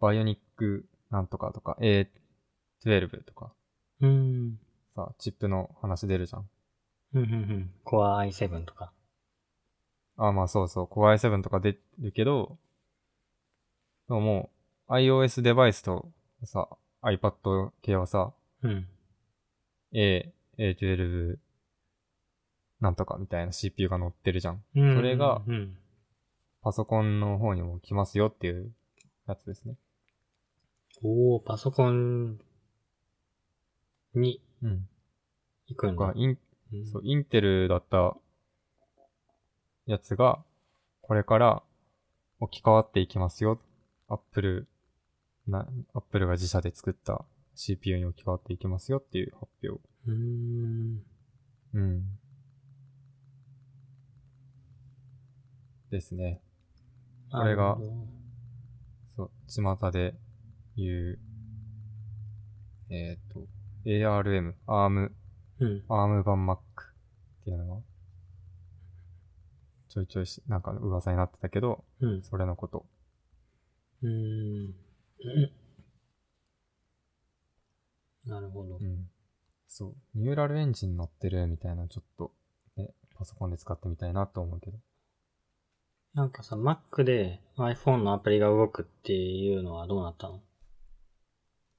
[SPEAKER 1] バイオニックなんとかとか A12 とか
[SPEAKER 2] うん。
[SPEAKER 1] さ、チップの話出るじゃん。
[SPEAKER 2] うん、うん、うん。Core i7 とか。
[SPEAKER 1] あ、まあそうそう、Core i7 とか出るけど、でももう iOS デバイスとさ、iPad 系はさ、
[SPEAKER 2] うん。
[SPEAKER 1] A、A12 なんとかみたいな CPU が載ってるじゃん。
[SPEAKER 2] そ
[SPEAKER 1] それが
[SPEAKER 2] うん。
[SPEAKER 1] パソコンの方にも来ますよっていうやつですね。
[SPEAKER 2] おおパソコンに
[SPEAKER 1] うん。
[SPEAKER 2] 行くん
[SPEAKER 1] が
[SPEAKER 2] だ。
[SPEAKER 1] イン
[SPEAKER 2] うん
[SPEAKER 1] そう、インテルだったやつが、これから置き換わっていきますよ。アップル、な、アップルが自社で作った CPU に置き換わっていきますよっていう発表。
[SPEAKER 2] うーん。
[SPEAKER 1] うん。ですね。これが
[SPEAKER 2] なるほど
[SPEAKER 1] そう、巷で言う、えっ、と、ARM、ARM、
[SPEAKER 2] うん。
[SPEAKER 1] ARM 版 Mac っていうのが、ちょいちょいし、なんか噂になってたけど、
[SPEAKER 2] うん。
[SPEAKER 1] それのこと。
[SPEAKER 2] うーん。なるほど
[SPEAKER 1] う。ん。そう。ニューラルエンジン乗ってるみたいな、ちょっと、ね、パソコンで使ってみたいなと思うけど。
[SPEAKER 2] なんかさ、Mac で iPhone のアプリが動くっていうのはどうなったの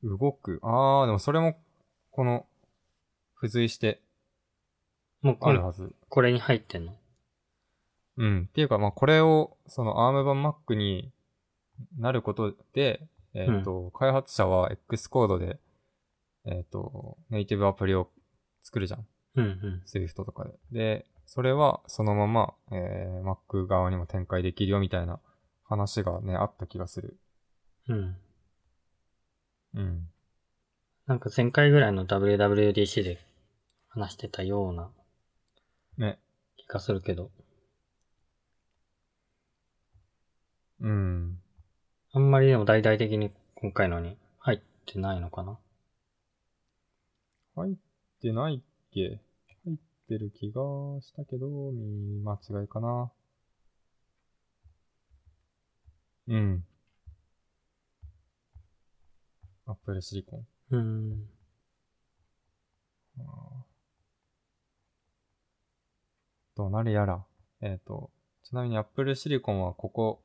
[SPEAKER 1] 動く。あー、でもそれも、この、付随して
[SPEAKER 2] もう
[SPEAKER 1] あ
[SPEAKER 2] これ
[SPEAKER 1] るはず。
[SPEAKER 2] これに入ってんの
[SPEAKER 1] うん。っていうか、まあ、これを、その ARM 版 Mac になることで、えっ、と、開発者は X コードで、えっ、と、ネイティブアプリを作るじゃん。
[SPEAKER 2] うんうん。
[SPEAKER 1] スイフトとかで。で、それはそのまま、えー、Mac 側にも展開できるよみたいな話がね、あった気がする。
[SPEAKER 2] うん。
[SPEAKER 1] うん。
[SPEAKER 2] なんか前回ぐらいの WWDC で話してたような
[SPEAKER 1] ね。
[SPEAKER 2] 気がするけど、
[SPEAKER 1] うん。
[SPEAKER 2] あんまりでも大々的に今回のに入ってないのかな。
[SPEAKER 1] 入ってないっけ入ってる気がしたけど、見間違いかな。うん。アップルシリコン。
[SPEAKER 2] うん。
[SPEAKER 1] あーどうなるやら。えっ、と、ちなみに Apple Silicon はここ、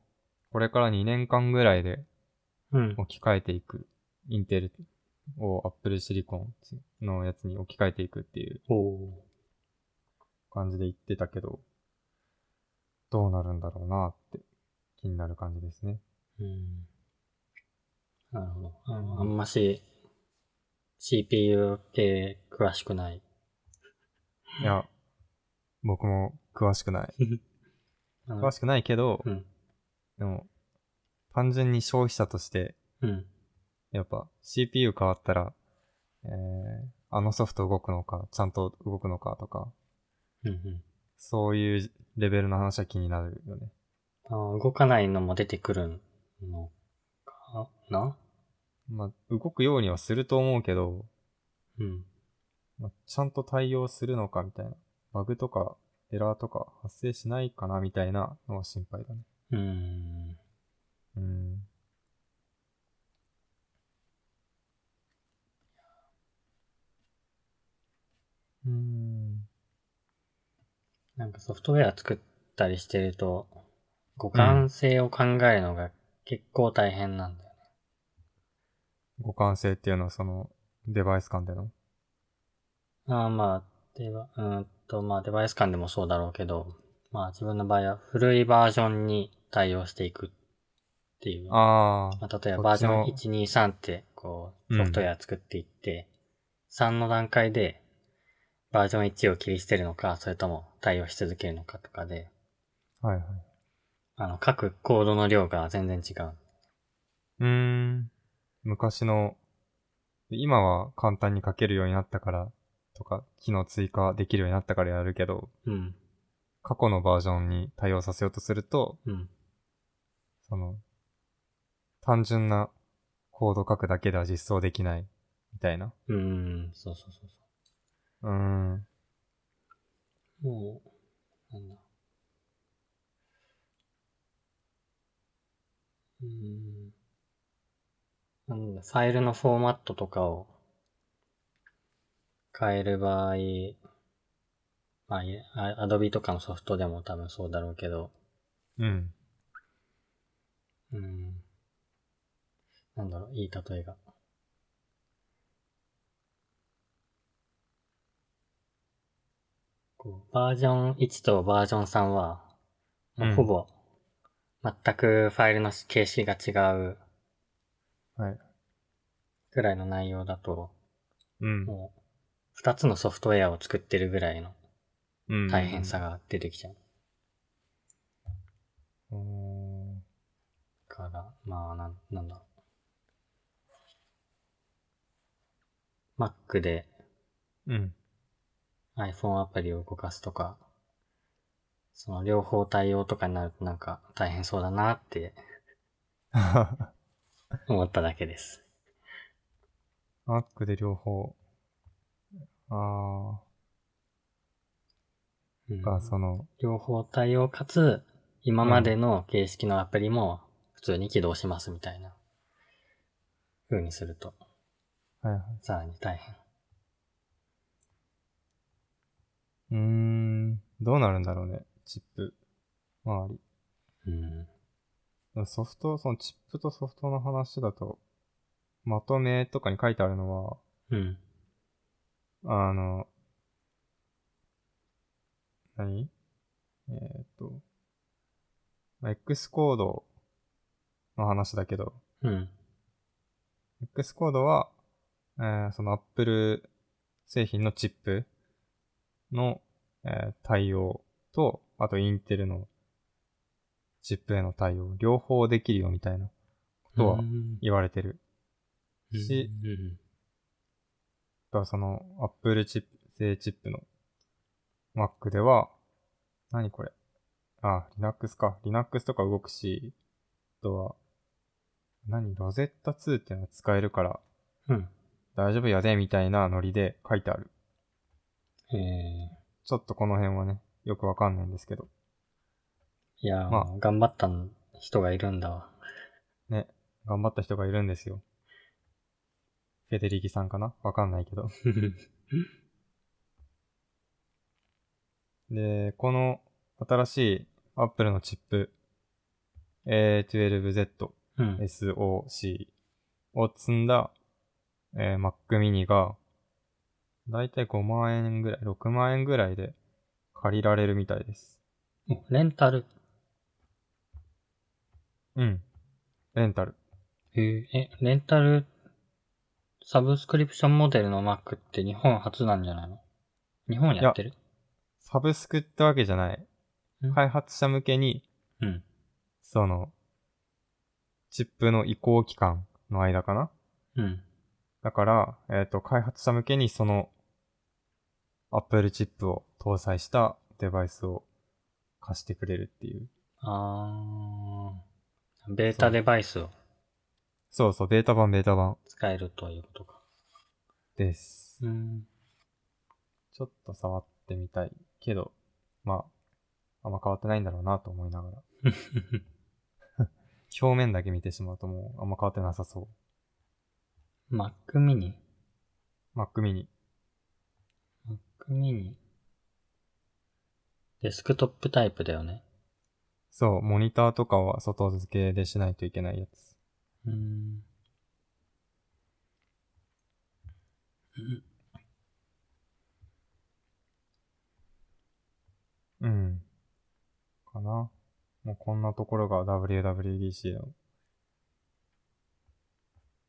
[SPEAKER 1] これから2年間ぐらいで
[SPEAKER 2] うん。
[SPEAKER 1] 置き換えていく。インテルを Apple Silicon のやつに置き換えていくっていう
[SPEAKER 2] おお
[SPEAKER 1] 感じで言ってたけど、どうなるんだろうなって気になる感じですね。
[SPEAKER 2] ー。うん。なるほど。あのあんまし CPU 系詳しくない。
[SPEAKER 1] いや、僕も詳しくない。
[SPEAKER 2] あの
[SPEAKER 1] 詳しくないけど
[SPEAKER 2] う、ん。
[SPEAKER 1] でも、単純に消費者として
[SPEAKER 2] うん。
[SPEAKER 1] やっぱ CPU 変わったら、えー、あのソフト動くのか、ちゃんと動くのかとか、
[SPEAKER 2] うんうん。
[SPEAKER 1] そういうレベルの話は気になるよね。
[SPEAKER 2] あー動かないのも出てくるのかな
[SPEAKER 1] まあ、動くようにはすると思うけど、
[SPEAKER 2] うん。
[SPEAKER 1] まあ、ちゃんと対応するのかみたいな。バグとかエラーとか発生しないかなみたいなのは心配だね。
[SPEAKER 2] うん。
[SPEAKER 1] うん。うーん。
[SPEAKER 2] なんかソフトウェア作ったりしてると、互換性を考えるのが結構大変なんだよね。
[SPEAKER 1] 互換性っていうのはそのデバイス間での
[SPEAKER 2] ああまあ、では、うーんと、まあデバイス間でもそうだろうけど、まあ自分の場合は古いバージョンに対応していくっていう。
[SPEAKER 1] ああ、
[SPEAKER 2] まあ、例えば
[SPEAKER 1] こっ
[SPEAKER 2] バー
[SPEAKER 1] ち
[SPEAKER 2] ジ
[SPEAKER 1] の
[SPEAKER 2] ョン1、2、3って、こう、
[SPEAKER 1] うん
[SPEAKER 2] ソフトウェア作っていって、3の段階で、バージョン1を切り捨てるのか、それとも対応し続けるのかとかで、
[SPEAKER 1] はいはい。
[SPEAKER 2] あの、各コードの量が全然違う。
[SPEAKER 1] うーん。昔の、今は簡単に書けるようになったからとか、機能追加できるようになったからやるけど、
[SPEAKER 2] うん、
[SPEAKER 1] 過去のバージョンに対応させようとすると、
[SPEAKER 2] うん、
[SPEAKER 1] その、単純なコード書くだけでは実装できない、みたいな。
[SPEAKER 2] うーん、そうそうそ
[SPEAKER 1] う
[SPEAKER 2] う
[SPEAKER 1] ーん。
[SPEAKER 2] そう。もう、なんだ。うーん。なんだ、ファイルのフォーマットとかを変える場合、まあいあ、Adobe とかのソフトでも多分そうだろうけど、
[SPEAKER 1] うん。
[SPEAKER 2] うーん。なんだろう、いい例えが。こう、バージョン1とバージョン3は、もううんほぼ、全くファイルの形式が違う
[SPEAKER 1] はい。
[SPEAKER 2] くらいの内容だと、
[SPEAKER 1] うん。
[SPEAKER 2] もう、二つのソフトウェアを作ってるぐらいの
[SPEAKER 1] うん
[SPEAKER 2] 大変さ。が出てきちゃう。
[SPEAKER 1] うーん。
[SPEAKER 2] から、まあ、なん、なんだろう。Mac で
[SPEAKER 1] うん。
[SPEAKER 2] iPhone アプリを動かすとか、その両方対応とかになるとなんか大変そうだなって思っただけです。
[SPEAKER 1] Mac で両方。あ
[SPEAKER 2] うん
[SPEAKER 1] あ、が、その、
[SPEAKER 2] 両方対応かつ、今までの形式のアプリも普通に起動しますみたいな風にすると、
[SPEAKER 1] はいはい。
[SPEAKER 2] さらに大変。
[SPEAKER 1] うーん、どうなるんだろうね、チップ周り。
[SPEAKER 2] うん。
[SPEAKER 1] でもソフト、そのチップとソフトの話だと、まとめとかに書いてあるの
[SPEAKER 2] うん。
[SPEAKER 1] は、あの、何えーっと、まあ X コードの話だけど、
[SPEAKER 2] うん。
[SPEAKER 1] X コードは、えーその Apple 製品のチップの、えー対応と、あとインテルのチップへの対応、両方できるよみたいなことは
[SPEAKER 2] うん
[SPEAKER 1] 言われてる。し
[SPEAKER 2] うんうん
[SPEAKER 1] だからその Apple チップ、製チップの Mac では、何これあ、Linux か。Linux とか動くし、あとは、何ロゼッタ2っていうのが使えるから
[SPEAKER 2] うん。
[SPEAKER 1] 大丈夫やで、みたいなノリで書いてある。
[SPEAKER 2] うん。え
[SPEAKER 1] ちょっとこの辺はね、よくわかんないんですけど。
[SPEAKER 2] ー、いやー、
[SPEAKER 1] ま
[SPEAKER 2] 頑張った人がいるんだ わ。
[SPEAKER 1] ね、頑張った人がいるんですよ。フェデリギさんかなわかんないけど。で、この新しい Apple のチップ A12Z
[SPEAKER 2] うん。
[SPEAKER 1] SOC を積んだ、えー Mac mini が、だいたい5万円ぐらい、6万円ぐらいで借りられるみたいです。
[SPEAKER 2] おレンタル。
[SPEAKER 1] うん。レンタル。
[SPEAKER 2] えーえ、レンタル、サブスクリプションモデルの Mac って日本初なんじゃないの日本やってる
[SPEAKER 1] サブスクってわけじゃない
[SPEAKER 2] うん。
[SPEAKER 1] 開発者向けに、
[SPEAKER 2] うん。
[SPEAKER 1] その、チップの移行期間の間かな
[SPEAKER 2] うん。
[SPEAKER 1] だから、えっ、と、開発者向けにその、Apple チップを搭載したデバイスを貸してくれるっていう。
[SPEAKER 2] あー、ベータデバイスを
[SPEAKER 1] そうそう、ベータ版、ベータ版
[SPEAKER 2] 使えるということか。
[SPEAKER 1] です。
[SPEAKER 2] うん。
[SPEAKER 1] ちょっと触ってみたいけど、まあ、あんま変わってないんだろうなと思いながら。表面だけ見てしまうともうあんま変わってなさそ
[SPEAKER 2] Mac mini?
[SPEAKER 1] う。Mac mini。
[SPEAKER 2] Mac mini? デスクトップタイプだよね。
[SPEAKER 1] そう、モニターとかは外付けでしないといけないやつ。
[SPEAKER 2] うん。
[SPEAKER 1] うん。かな。もうこんなところが WWDC の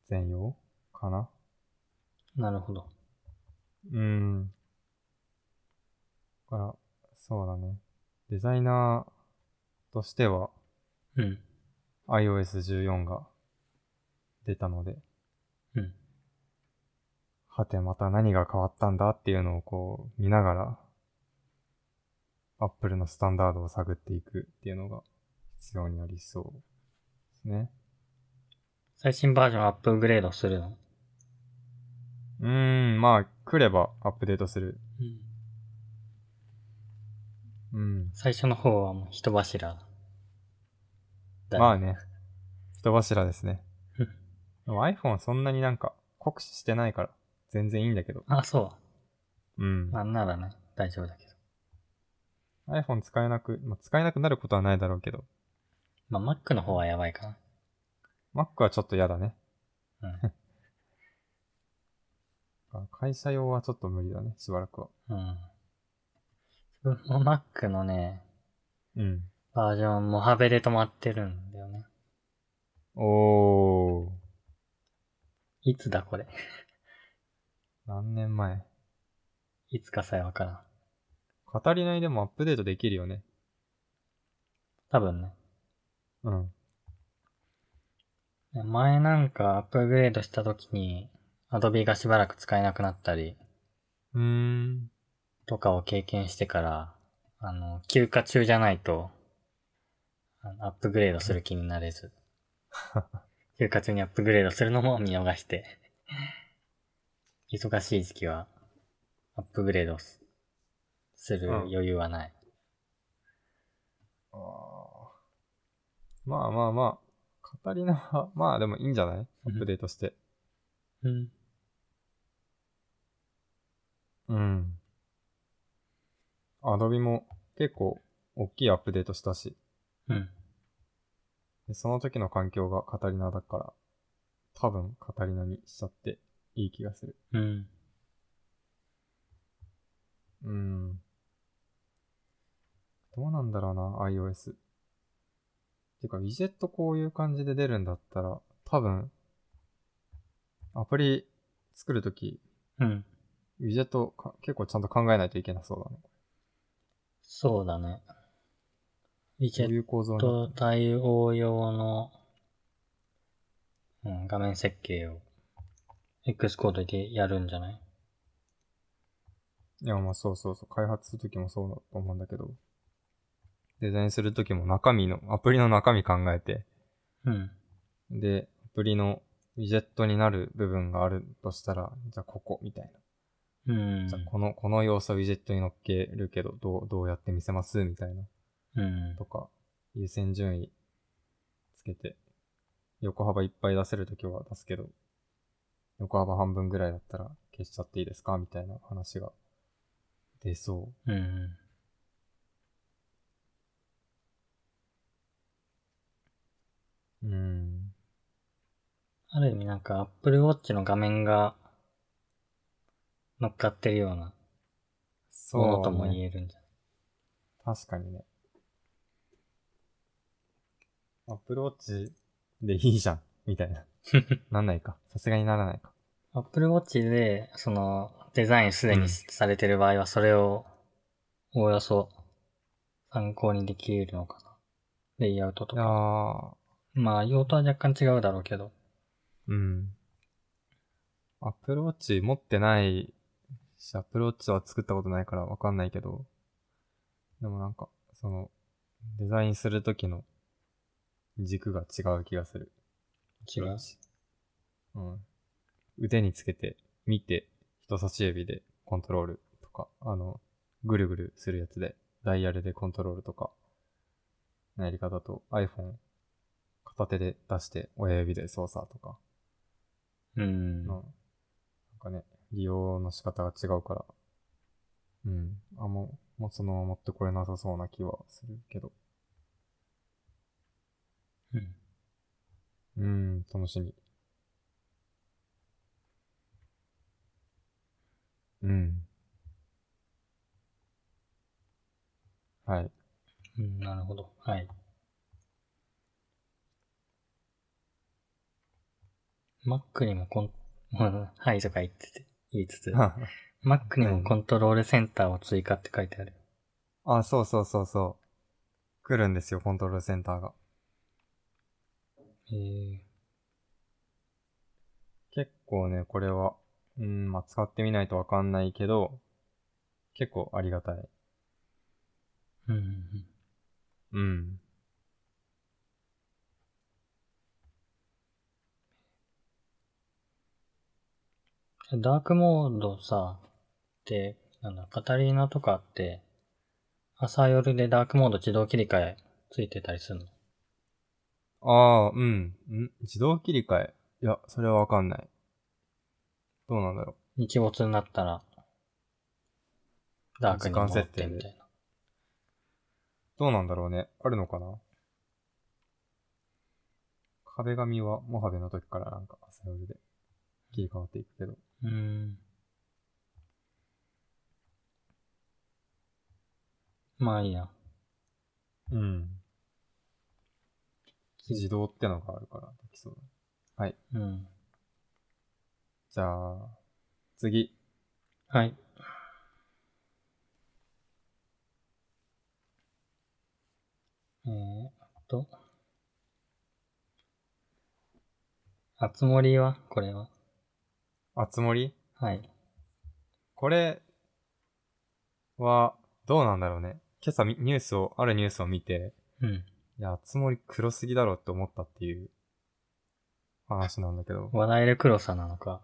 [SPEAKER 1] 全容かな。
[SPEAKER 2] なるほど。
[SPEAKER 1] うん。だから、そうだね。デザイナーとしては
[SPEAKER 2] うん。
[SPEAKER 1] iOS14 が出たので、
[SPEAKER 2] うん。
[SPEAKER 1] はてまた何が変わったんだっていうのをこう見ながら、Apple のスタンダードを探っていくっていうのが必要になりそうですね。
[SPEAKER 2] 最新バージョンアップグレードするの
[SPEAKER 1] うーん、まあ来ればアップデートする。
[SPEAKER 2] うん。
[SPEAKER 1] うん。
[SPEAKER 2] 最初の方はもう人柱だ。
[SPEAKER 1] ま
[SPEAKER 2] あ、
[SPEAKER 1] あね、人柱です ね。
[SPEAKER 2] う
[SPEAKER 1] で
[SPEAKER 2] ん
[SPEAKER 1] も iPhone はそんなになんか酷使してないから全然いいんだけど。
[SPEAKER 2] あ、そうう。
[SPEAKER 1] ん。
[SPEAKER 2] まあ、ならね、大丈夫だけど。
[SPEAKER 1] iPhone 使えなく、まあ、使えなくなることはないだろうけど、
[SPEAKER 2] まあ、Mac の方はやばいかな。
[SPEAKER 1] Mac はちょっと嫌だね。
[SPEAKER 2] うん。
[SPEAKER 1] あ 会社用はちょっと無理だね、しばらくは。
[SPEAKER 2] うん。自分も Mac のね、
[SPEAKER 1] うん。
[SPEAKER 2] バージョン、モハベで止まってるんだよね。
[SPEAKER 1] おー。
[SPEAKER 2] いつだこれ。
[SPEAKER 1] 何年前
[SPEAKER 2] いつかさえわからん。
[SPEAKER 1] 語りないでもアップデートできるよね。
[SPEAKER 2] 多分ね。
[SPEAKER 1] うん。
[SPEAKER 2] 前なんかアップグレードした時に、Adobe がしばらく使えなくなったり
[SPEAKER 1] うーん。
[SPEAKER 2] とかを経験してから、あの、休暇中じゃないと、あのアップグレードする気になれ ず。休暇中にアップグレードするのも見逃して。忙しい時期は、アップグレードすする余裕はない。
[SPEAKER 1] あーまあまあまあ、語りな は、まあでもいいんじゃないアップデートして。
[SPEAKER 2] うん。
[SPEAKER 1] うん。アドビも結構大きいアップデートしたし、
[SPEAKER 2] うん。
[SPEAKER 1] でその時の環境がカタリナだから、多分カタリナにしちゃっていい気がする。
[SPEAKER 2] うん。
[SPEAKER 1] うん。どうなんだろうな、iOS。てか、ウィジェットこういう感じで出るんだったら、多分、アプリ作るとき、
[SPEAKER 2] うん。
[SPEAKER 1] ウィジェットか結構ちゃんと考えないといけなそうだね。
[SPEAKER 2] そうだね。ウィジ
[SPEAKER 1] どう
[SPEAKER 2] ェッ
[SPEAKER 1] いう構造にな
[SPEAKER 2] ト
[SPEAKER 1] ってる
[SPEAKER 2] 対応用の、うん、画面設計を X コードでやるんじゃない
[SPEAKER 1] いや、まあそうそうそう。開発するときもそうだと思うんだけど、デザインするときも中身の、アプリの中身考えて、
[SPEAKER 2] うん。
[SPEAKER 1] で、アプリのウィジェットになる部分があるとしたら、じゃあここ、みたいな。
[SPEAKER 2] うん
[SPEAKER 1] じゃあ。この、この要素をウィジェットに乗っけるけど、どう、どうやって見せますみたいな。
[SPEAKER 2] うん
[SPEAKER 1] と。か、優先順位つけて、横幅いっぱい出せるときは出すけど、横幅半分ぐらいだったら消しちゃっていいですかみたいな話が出そ
[SPEAKER 2] うん。
[SPEAKER 1] う。うん。
[SPEAKER 2] ある意味なんか Apple Watch の画面が乗っかってるような
[SPEAKER 1] そう、ね。
[SPEAKER 2] ものとも言えるんじゃない
[SPEAKER 1] 確かにね。アプローチでいいじゃん、みたい な。なんないか。さすがにならないか。
[SPEAKER 2] Apple Watch で、その、デザインすで
[SPEAKER 1] うん
[SPEAKER 2] にされてる場合は、それを、おおよそ、参考にできるのかな。レイアウトと
[SPEAKER 1] いや
[SPEAKER 2] か。
[SPEAKER 1] ー、
[SPEAKER 2] まあ、用途は若干違うだろうけど。
[SPEAKER 1] うん。アプローチ持ってないし、アプローチは作ったことないからわかんないけど、でもなんか、その、デザインするときの軸が違う気がする。
[SPEAKER 2] 違う。
[SPEAKER 1] Approach うん。腕につけて、見て、人差し指でコントロールとか、あの、ぐるぐるするやつで、ダイヤルでコントロールとか、のやり方と iPhone 片手で出して親指で操作とか、
[SPEAKER 2] うん。
[SPEAKER 1] うん。なんかね、利用の仕方が違うから、うん。あ、もう、もうそのまま持ってこれなさそうな気はするけど、
[SPEAKER 2] うん
[SPEAKER 1] うん、楽しみ。うん。はい。
[SPEAKER 2] うん。なるほど。はい。Mac にもコン、 はいとか言ってて、言いつつ、Mac にもコントロールセンターを追加って書いてある。
[SPEAKER 1] あ、そうそうそうそう。来るんですよ、コントロールセンターが。
[SPEAKER 2] へえ
[SPEAKER 1] 結構ね、これは、うん、まあ、使ってみないとわかんないけど、結構ありがたい。
[SPEAKER 2] うんうんうん。
[SPEAKER 1] うん。
[SPEAKER 2] ダークモードさ、って、なんだ、カタリーナとかって、朝夜でダークモード自動切り替えついてたりするの
[SPEAKER 1] ああ、うん。ん自動切り替え。いや、それはわかんない。どうなんだろ
[SPEAKER 2] 日没になったら、ダークに戻っ
[SPEAKER 1] 時間
[SPEAKER 2] て
[SPEAKER 1] 設定で
[SPEAKER 2] みたいな。
[SPEAKER 1] う。どうなんだろうね。あるのかな壁紙はモハベの時からなんか朝夜で切り替わっていくけど。
[SPEAKER 2] うーん。まあいいや。
[SPEAKER 1] うん。
[SPEAKER 2] 次
[SPEAKER 1] 自動ってのがあるからできそうだ。
[SPEAKER 2] うん。
[SPEAKER 1] じゃあ、次。
[SPEAKER 2] はい。えーっと。あつ森はこれは。
[SPEAKER 1] あつ森
[SPEAKER 2] はい。
[SPEAKER 1] これはどうなんだろうね。今朝みニュースを、あるニュースを見て、
[SPEAKER 2] うん。
[SPEAKER 1] いや、つ森黒すぎだろって思ったっていう話なんだけど、
[SPEAKER 2] 話題で黒さなのか。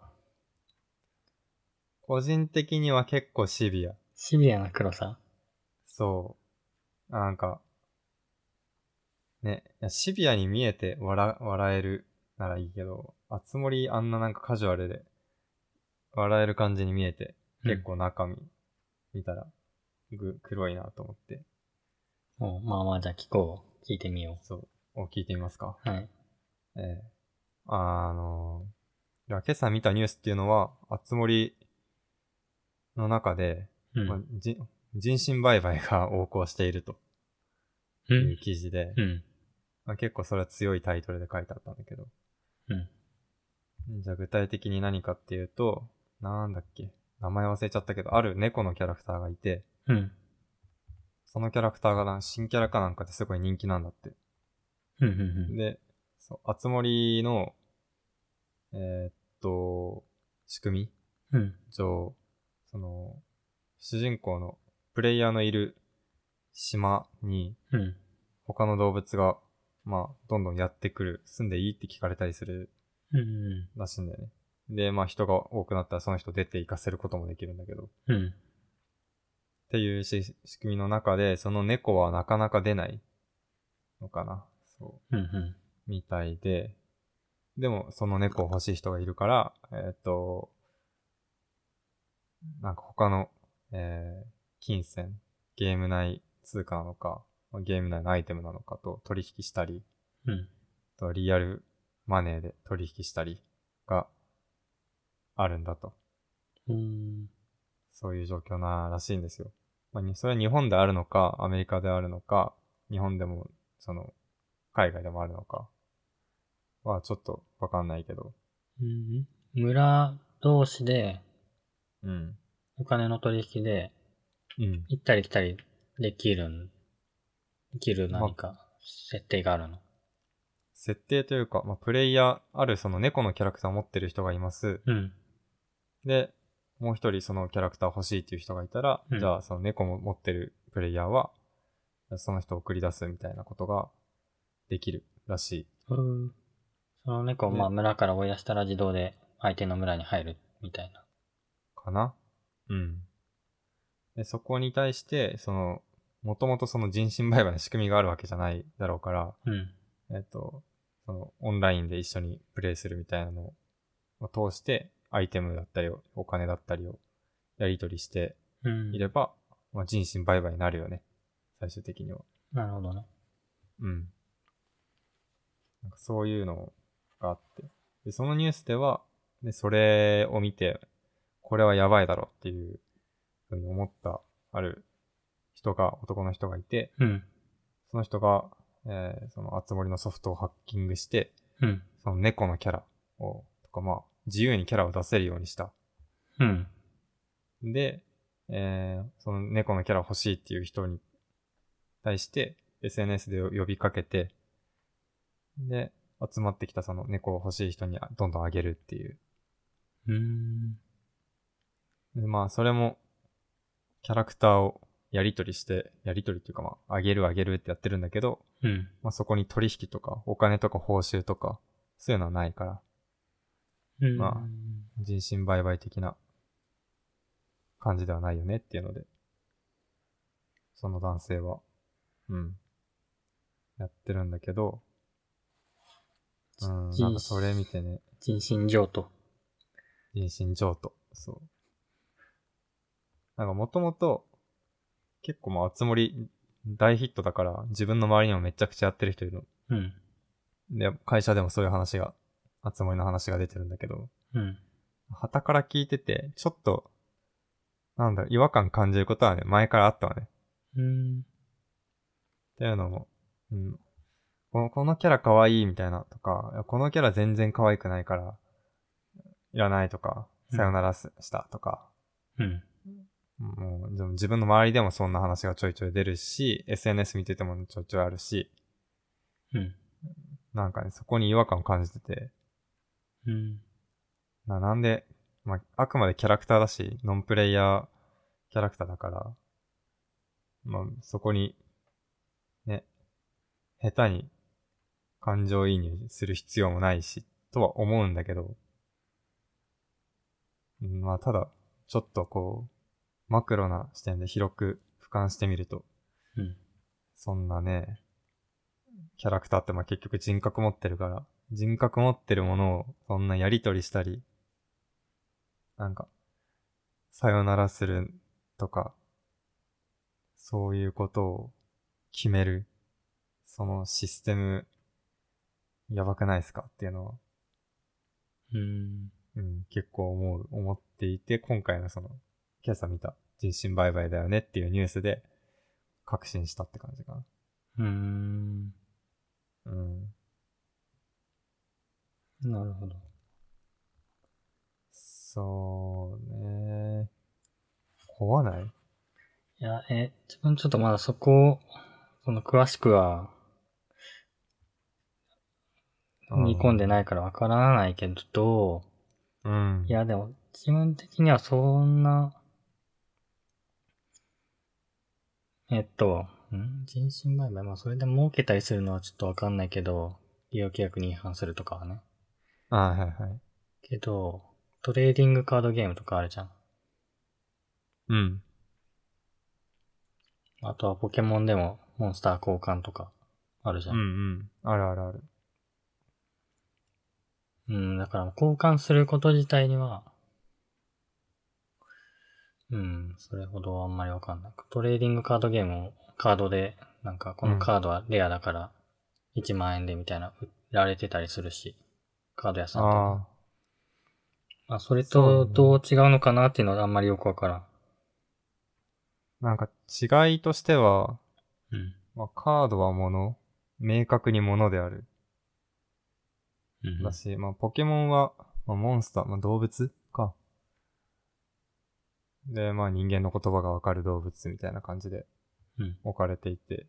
[SPEAKER 1] 個人的には結構シビア。
[SPEAKER 2] シビアな黒さ。
[SPEAKER 1] そう。なんか、ね、いやシビアに見えて笑、笑えるならいいけど、あつ森あんななんかカジュアルで、笑える感じに見えて、結構中身見たら、ぐ、黒いなと思って、
[SPEAKER 2] うん。おまあまあじゃあ聞こう。聞いてみよ
[SPEAKER 1] そう、を聞いてみますか。
[SPEAKER 2] う。はい。
[SPEAKER 1] ええあの、いや、今朝見たニュースっていうのは、あつ森の中で、
[SPEAKER 2] うん。
[SPEAKER 1] まあじ人身売買が横行していると
[SPEAKER 2] う。
[SPEAKER 1] いうん記事で、
[SPEAKER 2] うん。
[SPEAKER 1] まあ、結構それは強いタイトルで書いてあったんだけど。
[SPEAKER 2] うん
[SPEAKER 1] じゃあ具体的に何かっていうと、なんだっけ。名前忘れちゃったけど、ある猫のキャラクターがいて、
[SPEAKER 2] うん。
[SPEAKER 1] そのキャラクターがな新キャラかなんかですごい人気なんだって。
[SPEAKER 2] うん、うん、
[SPEAKER 1] で、そう、あつ森の、えーっと、仕組み
[SPEAKER 2] うん。うん。
[SPEAKER 1] 上、その、主人公のプレイヤーのいる島に
[SPEAKER 2] うん。
[SPEAKER 1] 他の動物が、まあ、どんどんやってくる、住んでいいって聞かれたりする
[SPEAKER 2] うん。
[SPEAKER 1] らしいんだよね。で、まあ人が多くなったらその人出て行かせることもできるんだけど。っ
[SPEAKER 2] うん。
[SPEAKER 1] ていうし仕組みの中で、その猫はなかなか出ないのかな。そう。
[SPEAKER 2] うん。
[SPEAKER 1] みたいで、でもその猫欲しい人がいるから、えーっ、と、なんか他の、えー金銭、ゲーム内通貨なのか、まあゲーム内のアイテムなのかと取引したり、
[SPEAKER 2] うん。
[SPEAKER 1] あとリアルマネーで取引したりがあるんだと。
[SPEAKER 2] うん。
[SPEAKER 1] そういう状況ならしいんですよ。まあ、にそれは日本であるのか、アメリカであるのか、日本でも、その、海外でもあるのかはちょっとわかんないけど。
[SPEAKER 2] うん。村同士で
[SPEAKER 1] うん。
[SPEAKER 2] お金の取引で
[SPEAKER 1] うん。
[SPEAKER 2] 行ったり来たりできるん、できる何か設定があるの。
[SPEAKER 1] 設定というか、まあ、プレイヤー、あるその猫のキャラクターを持ってる人がいます。
[SPEAKER 2] うん。
[SPEAKER 1] で、もう一人そのキャラクター欲しいっていう人がいたら、
[SPEAKER 2] うん
[SPEAKER 1] じゃあその猫も持ってるプレイヤーは、その人を送り出すみたいなことができるらしい。
[SPEAKER 2] うん。その猫を
[SPEAKER 1] ね
[SPEAKER 2] まあ村から追い出したら自動で相手の村に入るみたいな。
[SPEAKER 1] かなうん。で、そこに対して、その、もともとその人身売買の仕組みがあるわけじゃないだろうから、
[SPEAKER 2] うん。
[SPEAKER 1] えっと、その、オンラインで一緒にプレイするみたいなのを通して、アイテムだったりを、お金だったりを、やり取りして
[SPEAKER 2] うん
[SPEAKER 1] い。れば、まあ、人身売買になるよね。最終的には。
[SPEAKER 2] なるほどね。
[SPEAKER 1] うん。なんかそういうのがあって。で、そのニュースでは、で、それを見て、これはやばいだろっていうふうに思った、ある人が、男の人がいて、
[SPEAKER 2] うん。
[SPEAKER 1] その人が、えー、その、あつ森のソフトをハッキングして、
[SPEAKER 2] うん。
[SPEAKER 1] その猫のキャラを、とかまあ、自由にキャラを出せるようにした。
[SPEAKER 2] うん。
[SPEAKER 1] で、えー、その猫のキャラ欲しいっていう人に対して、SNS で呼びかけて、で、集まってきたその猫を欲しい人にあどんどんあげるっていう。
[SPEAKER 2] うん。
[SPEAKER 1] でまあ、それも、キャラクターをやり取りして、やり取りっていうかまあ、あげるあげるってやってるんだけど、
[SPEAKER 2] うん。
[SPEAKER 1] まあそこに取引とか、お金とか報酬とか、そういうのはないから、
[SPEAKER 2] うん。
[SPEAKER 1] まあ人身売買的な感じではないよねっていうので、その男性は、うん、やってるんだけど、うん、
[SPEAKER 2] 人
[SPEAKER 1] なんかそれ見てね、
[SPEAKER 2] 人身譲渡。
[SPEAKER 1] 人身譲渡、そう。なんかもともと、結構まあ、あつ森大ヒットだから、自分の周りにもめちゃくちゃやってる人いる
[SPEAKER 2] うん。
[SPEAKER 1] の。で、会社でもそういう話が、あつ森の話が出てるんだけど、
[SPEAKER 2] うん。
[SPEAKER 1] 旗から聞いてて、ちょっと、なんだろう、違和感感じることはね、前からあったわね。
[SPEAKER 2] うん。
[SPEAKER 1] っていうのも、うん。このこのキャラ可愛いみたいなとか、いやこのキャラ全然可愛くないから、いらないとか、
[SPEAKER 2] うん
[SPEAKER 1] さよならすしたとか、
[SPEAKER 2] うん。
[SPEAKER 1] もうでも自分の周りでもそんな話がちょいちょい出るし、SNS 見ててもちょいちょいあるし、
[SPEAKER 2] うん。
[SPEAKER 1] なんかね、そこに違和感を感じてて、
[SPEAKER 2] うん。
[SPEAKER 1] ななんで、まあ、あくまでキャラクターだし、ノンプレイヤーキャラクターだから、まあ、そこに、ね、下手に感情移入する必要もないし、とは思うんだけど、うんまあ、ただ、ちょっとこう、マクロな視点で広く俯瞰してみると、
[SPEAKER 2] うん。
[SPEAKER 1] そんなね、キャラクターってまあ結局人格持ってるから、人格持ってるものをそんなやりとりしたり、なんか、さよならするとか、そういうことを決める、そのシステム、やばくないですかっていうのは、
[SPEAKER 2] うん。
[SPEAKER 1] うん、結構思う、思っていて、今回のその、今朝見た人身売買だよねっていうニュースで、確信したって感じかな。
[SPEAKER 2] うん。
[SPEAKER 1] うん。
[SPEAKER 2] なるほど。
[SPEAKER 1] そうね。追わない
[SPEAKER 2] いや、え、自分ちょっとまだそこを、その詳しくは、見込んでないからわからないけど、
[SPEAKER 1] うん。
[SPEAKER 2] いや、でも、自分的にはそんな、えっと、ん人身売買、まあ、それで儲けたりするのはちょっとわかんないけど、利用規約に違反するとかはね。
[SPEAKER 1] あはいはい。
[SPEAKER 2] けど、トレーディングカードゲームとかあるじゃん。
[SPEAKER 1] うん。
[SPEAKER 2] あとはポケモンでもモンスター交換とかあるじ
[SPEAKER 1] う
[SPEAKER 2] ゃ
[SPEAKER 1] んうん。あるあるある。
[SPEAKER 2] うん、だから交換すること自体には、うん、それほどあんまりわかんない。トレーディングカードゲームをカードで、なんかこのカードはレアだから1万円でみたいな売られてたりするし、カード屋さんとか。
[SPEAKER 1] あ
[SPEAKER 2] まあ、それ
[SPEAKER 1] そう
[SPEAKER 2] と
[SPEAKER 1] ね
[SPEAKER 2] どう違うのかなっていうのはあんまりよくわからん。
[SPEAKER 1] あ。なんか違いとしては、
[SPEAKER 2] うん。
[SPEAKER 1] まあ、カードは物、明確に物である。
[SPEAKER 2] うん
[SPEAKER 1] だし、まあ、ポケモンは、まあ、モンスター、まあ、動物か。で、まあ、人間の言葉がわかる動物みたいな感じで
[SPEAKER 2] うん
[SPEAKER 1] 置かれていて。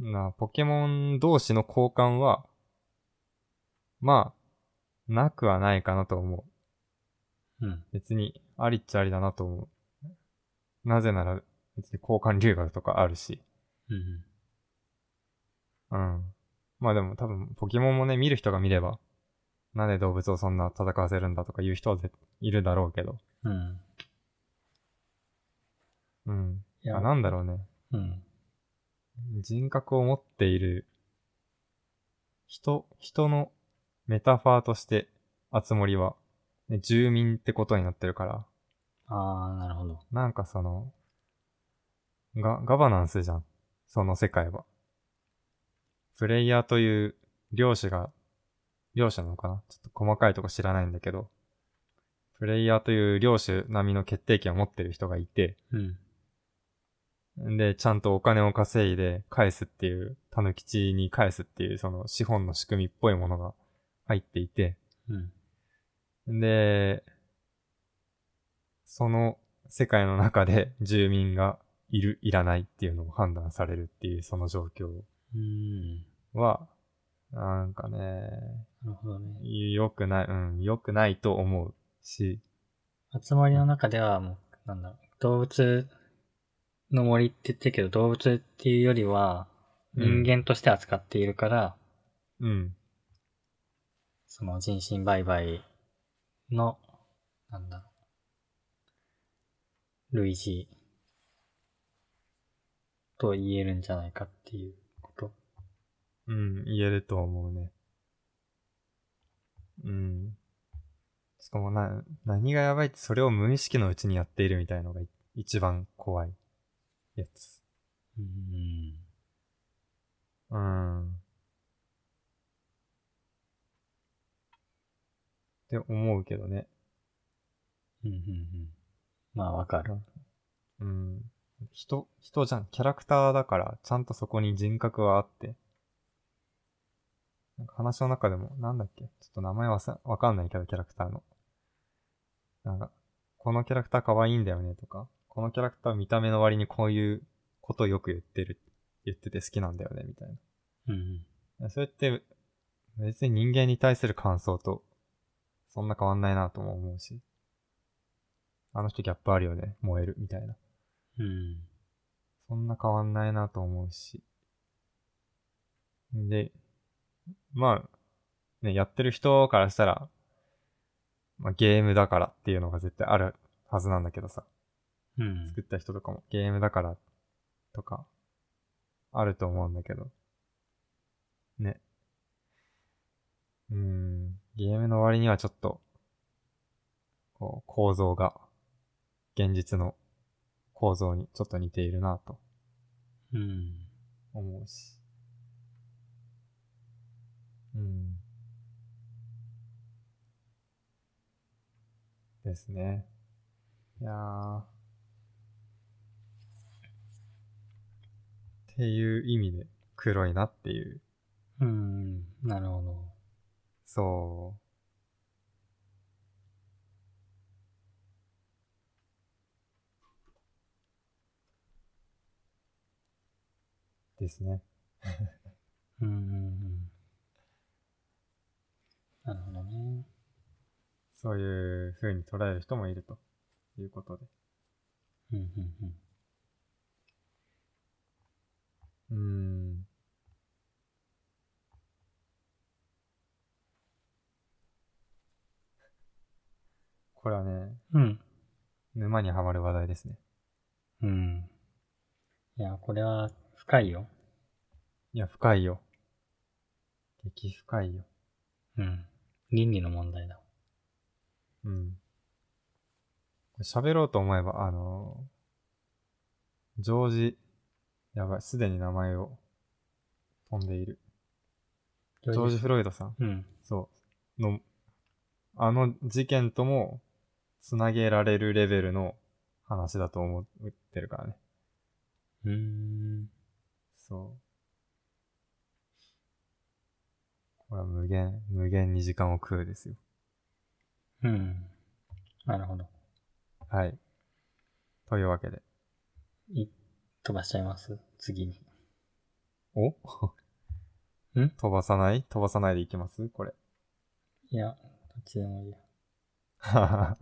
[SPEAKER 1] なあ、ポケモン同士の交換は、まあ、なくはないかなと思う。
[SPEAKER 2] うん。
[SPEAKER 1] 別に、ありっちゃありだなと思う。なぜなら、別に交換留学とかあるし。
[SPEAKER 2] う
[SPEAKER 1] う
[SPEAKER 2] ん。
[SPEAKER 1] ん。まあでも多分、ポケモンもね、見る人が見れば、なんで動物をそんな戦わせるんだとか言う人は絶いるだろうけど。う
[SPEAKER 2] うん。
[SPEAKER 1] ん。
[SPEAKER 2] いや
[SPEAKER 1] あ、なんだろうね。
[SPEAKER 2] うん。
[SPEAKER 1] 人格を持っている、人、人のメタファーとして、あつ森は、ね、住民ってことになってるから、
[SPEAKER 2] ああ、なるほど。
[SPEAKER 1] なんかその、ガ、ガバナンスじゃん。その世界は。プレイヤーという漁師が、漁師なのかなちょっと細かいとこ知らないんだけど、プレイヤーという漁師並みの決定権を持ってる人がいて、
[SPEAKER 2] うん。
[SPEAKER 1] で、ちゃんとお金を稼いで返すっていう、たぬきちに返すっていう、その資本の仕組みっぽいものが入っていて、
[SPEAKER 2] うん。
[SPEAKER 1] で、その世界の中で 住民がいる、いらないっていうのを判断されるっていうその状況
[SPEAKER 2] うん。
[SPEAKER 1] は、なんかね、
[SPEAKER 2] なるほどね。
[SPEAKER 1] 良くない、うん、良くないと思うし、
[SPEAKER 2] 集まりの中ではもう、なんだろう、動物の森って言ってるけど、動物っていうよりは、
[SPEAKER 1] うん
[SPEAKER 2] 人間として扱っているから、
[SPEAKER 1] うん、
[SPEAKER 2] その人身売買の、なんだろう、類似と言えるんじゃないかっていうこと。
[SPEAKER 1] うん、言えると思うね。うん。しかもな、何がやばいってそれを無意識のうちにやっているみたいのがい一番怖いやつ。
[SPEAKER 2] うん。
[SPEAKER 1] うん。って思うけどね。
[SPEAKER 2] うんうんうん。まあわかる。
[SPEAKER 1] うん。人、人じゃん。キャラクターだから、ちゃんとそこに人格はあって。なんか話の中でも、なんだっけちょっと名前わさ、わかんないけど、キャラクターの。なんか、このキャラクター可愛いんだよね、とか。このキャラクター見た目の割にこういうことよく言ってる、言ってて好きなんだよね、みたいな。
[SPEAKER 2] うん
[SPEAKER 1] いやそれって、別に人間に対する感想と、そんな変わんないなとも思うし。あの人ギャップあるよね、燃える、みたいな。
[SPEAKER 2] うん。うん。
[SPEAKER 1] そんな変わんないなと思うし。で、まあ、ね、やってる人からしたら、まあゲームだからっていうのが絶対あるはずなんだけどさ。
[SPEAKER 2] うん
[SPEAKER 1] 作った人とかもゲームだからとかあると思うんだけど。ね。うーん。ゲームの割にはちょっと、こう、構造が、現実の構造にちょっと似ているなと
[SPEAKER 2] うん。
[SPEAKER 1] 思うし。うん。ですね。いやー。っていう意味で黒いなっていう。
[SPEAKER 2] うん。なるほど。
[SPEAKER 1] そですね。
[SPEAKER 2] うんうんうん。なるほどね。
[SPEAKER 1] そういう風に捉える人もいるということで。
[SPEAKER 2] うんうんう
[SPEAKER 1] うー
[SPEAKER 2] ん。
[SPEAKER 1] ん。これはね、
[SPEAKER 2] うん。
[SPEAKER 1] 沼にはまる話題ですね。
[SPEAKER 2] うん。いや、これは深いよ。
[SPEAKER 1] いや、深いよ。激深いよ。
[SPEAKER 2] うん。倫理の問題だ。
[SPEAKER 1] うん。これ喋ろうと思えば、あのージョージ、やばい、すでに名前を飛んでいる。ジョージ・フロイドさん。
[SPEAKER 2] うん。
[SPEAKER 1] そう。の、あの事件ともつなげられるレベルの話だと思ってるからね。
[SPEAKER 2] うーん。
[SPEAKER 1] そう。これは無限、無限に時間を食うですよ。
[SPEAKER 2] うん。なるほど。
[SPEAKER 1] はい。というわけで。
[SPEAKER 2] い、飛ばしちゃいます次に。
[SPEAKER 1] お
[SPEAKER 2] ん
[SPEAKER 1] 飛ばさない飛ばさないでいきますこれ。
[SPEAKER 2] いや、どっちでもいいや。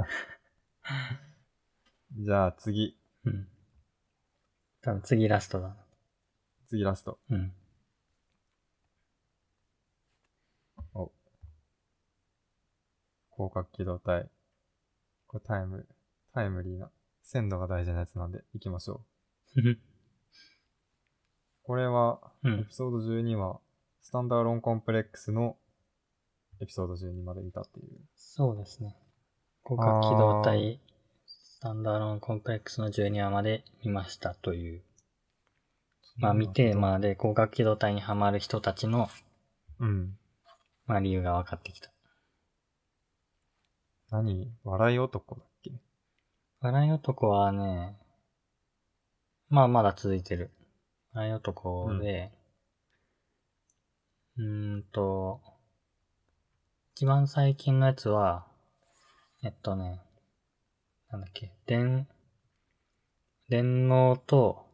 [SPEAKER 1] じゃあ次。
[SPEAKER 2] うん。多分次ラストだな。
[SPEAKER 1] 次ラスト。
[SPEAKER 2] うん。
[SPEAKER 1] 広角機動隊。これタイム、タイムリーな。鮮度が大事なやつなんで、行きましょう。これは、
[SPEAKER 2] う
[SPEAKER 1] エ
[SPEAKER 2] ん
[SPEAKER 1] ピ。ソード12は、スタンダーロンコンプレックスのエピソード12まで見たっていう。
[SPEAKER 2] そうですね。広角機動隊、スタンダーローンコンプレックスの12話まで見ましたという。まあ見て、まあで、広角機動隊にはまる人たちの、
[SPEAKER 1] うん。
[SPEAKER 2] まあ理由が分かってきた。
[SPEAKER 1] 何笑い男だっけ
[SPEAKER 2] 笑い男はね、まあまだ続いてる。笑い男で、うーんと、一番最近のやつは、えっとね、なんだっけ、電、電脳と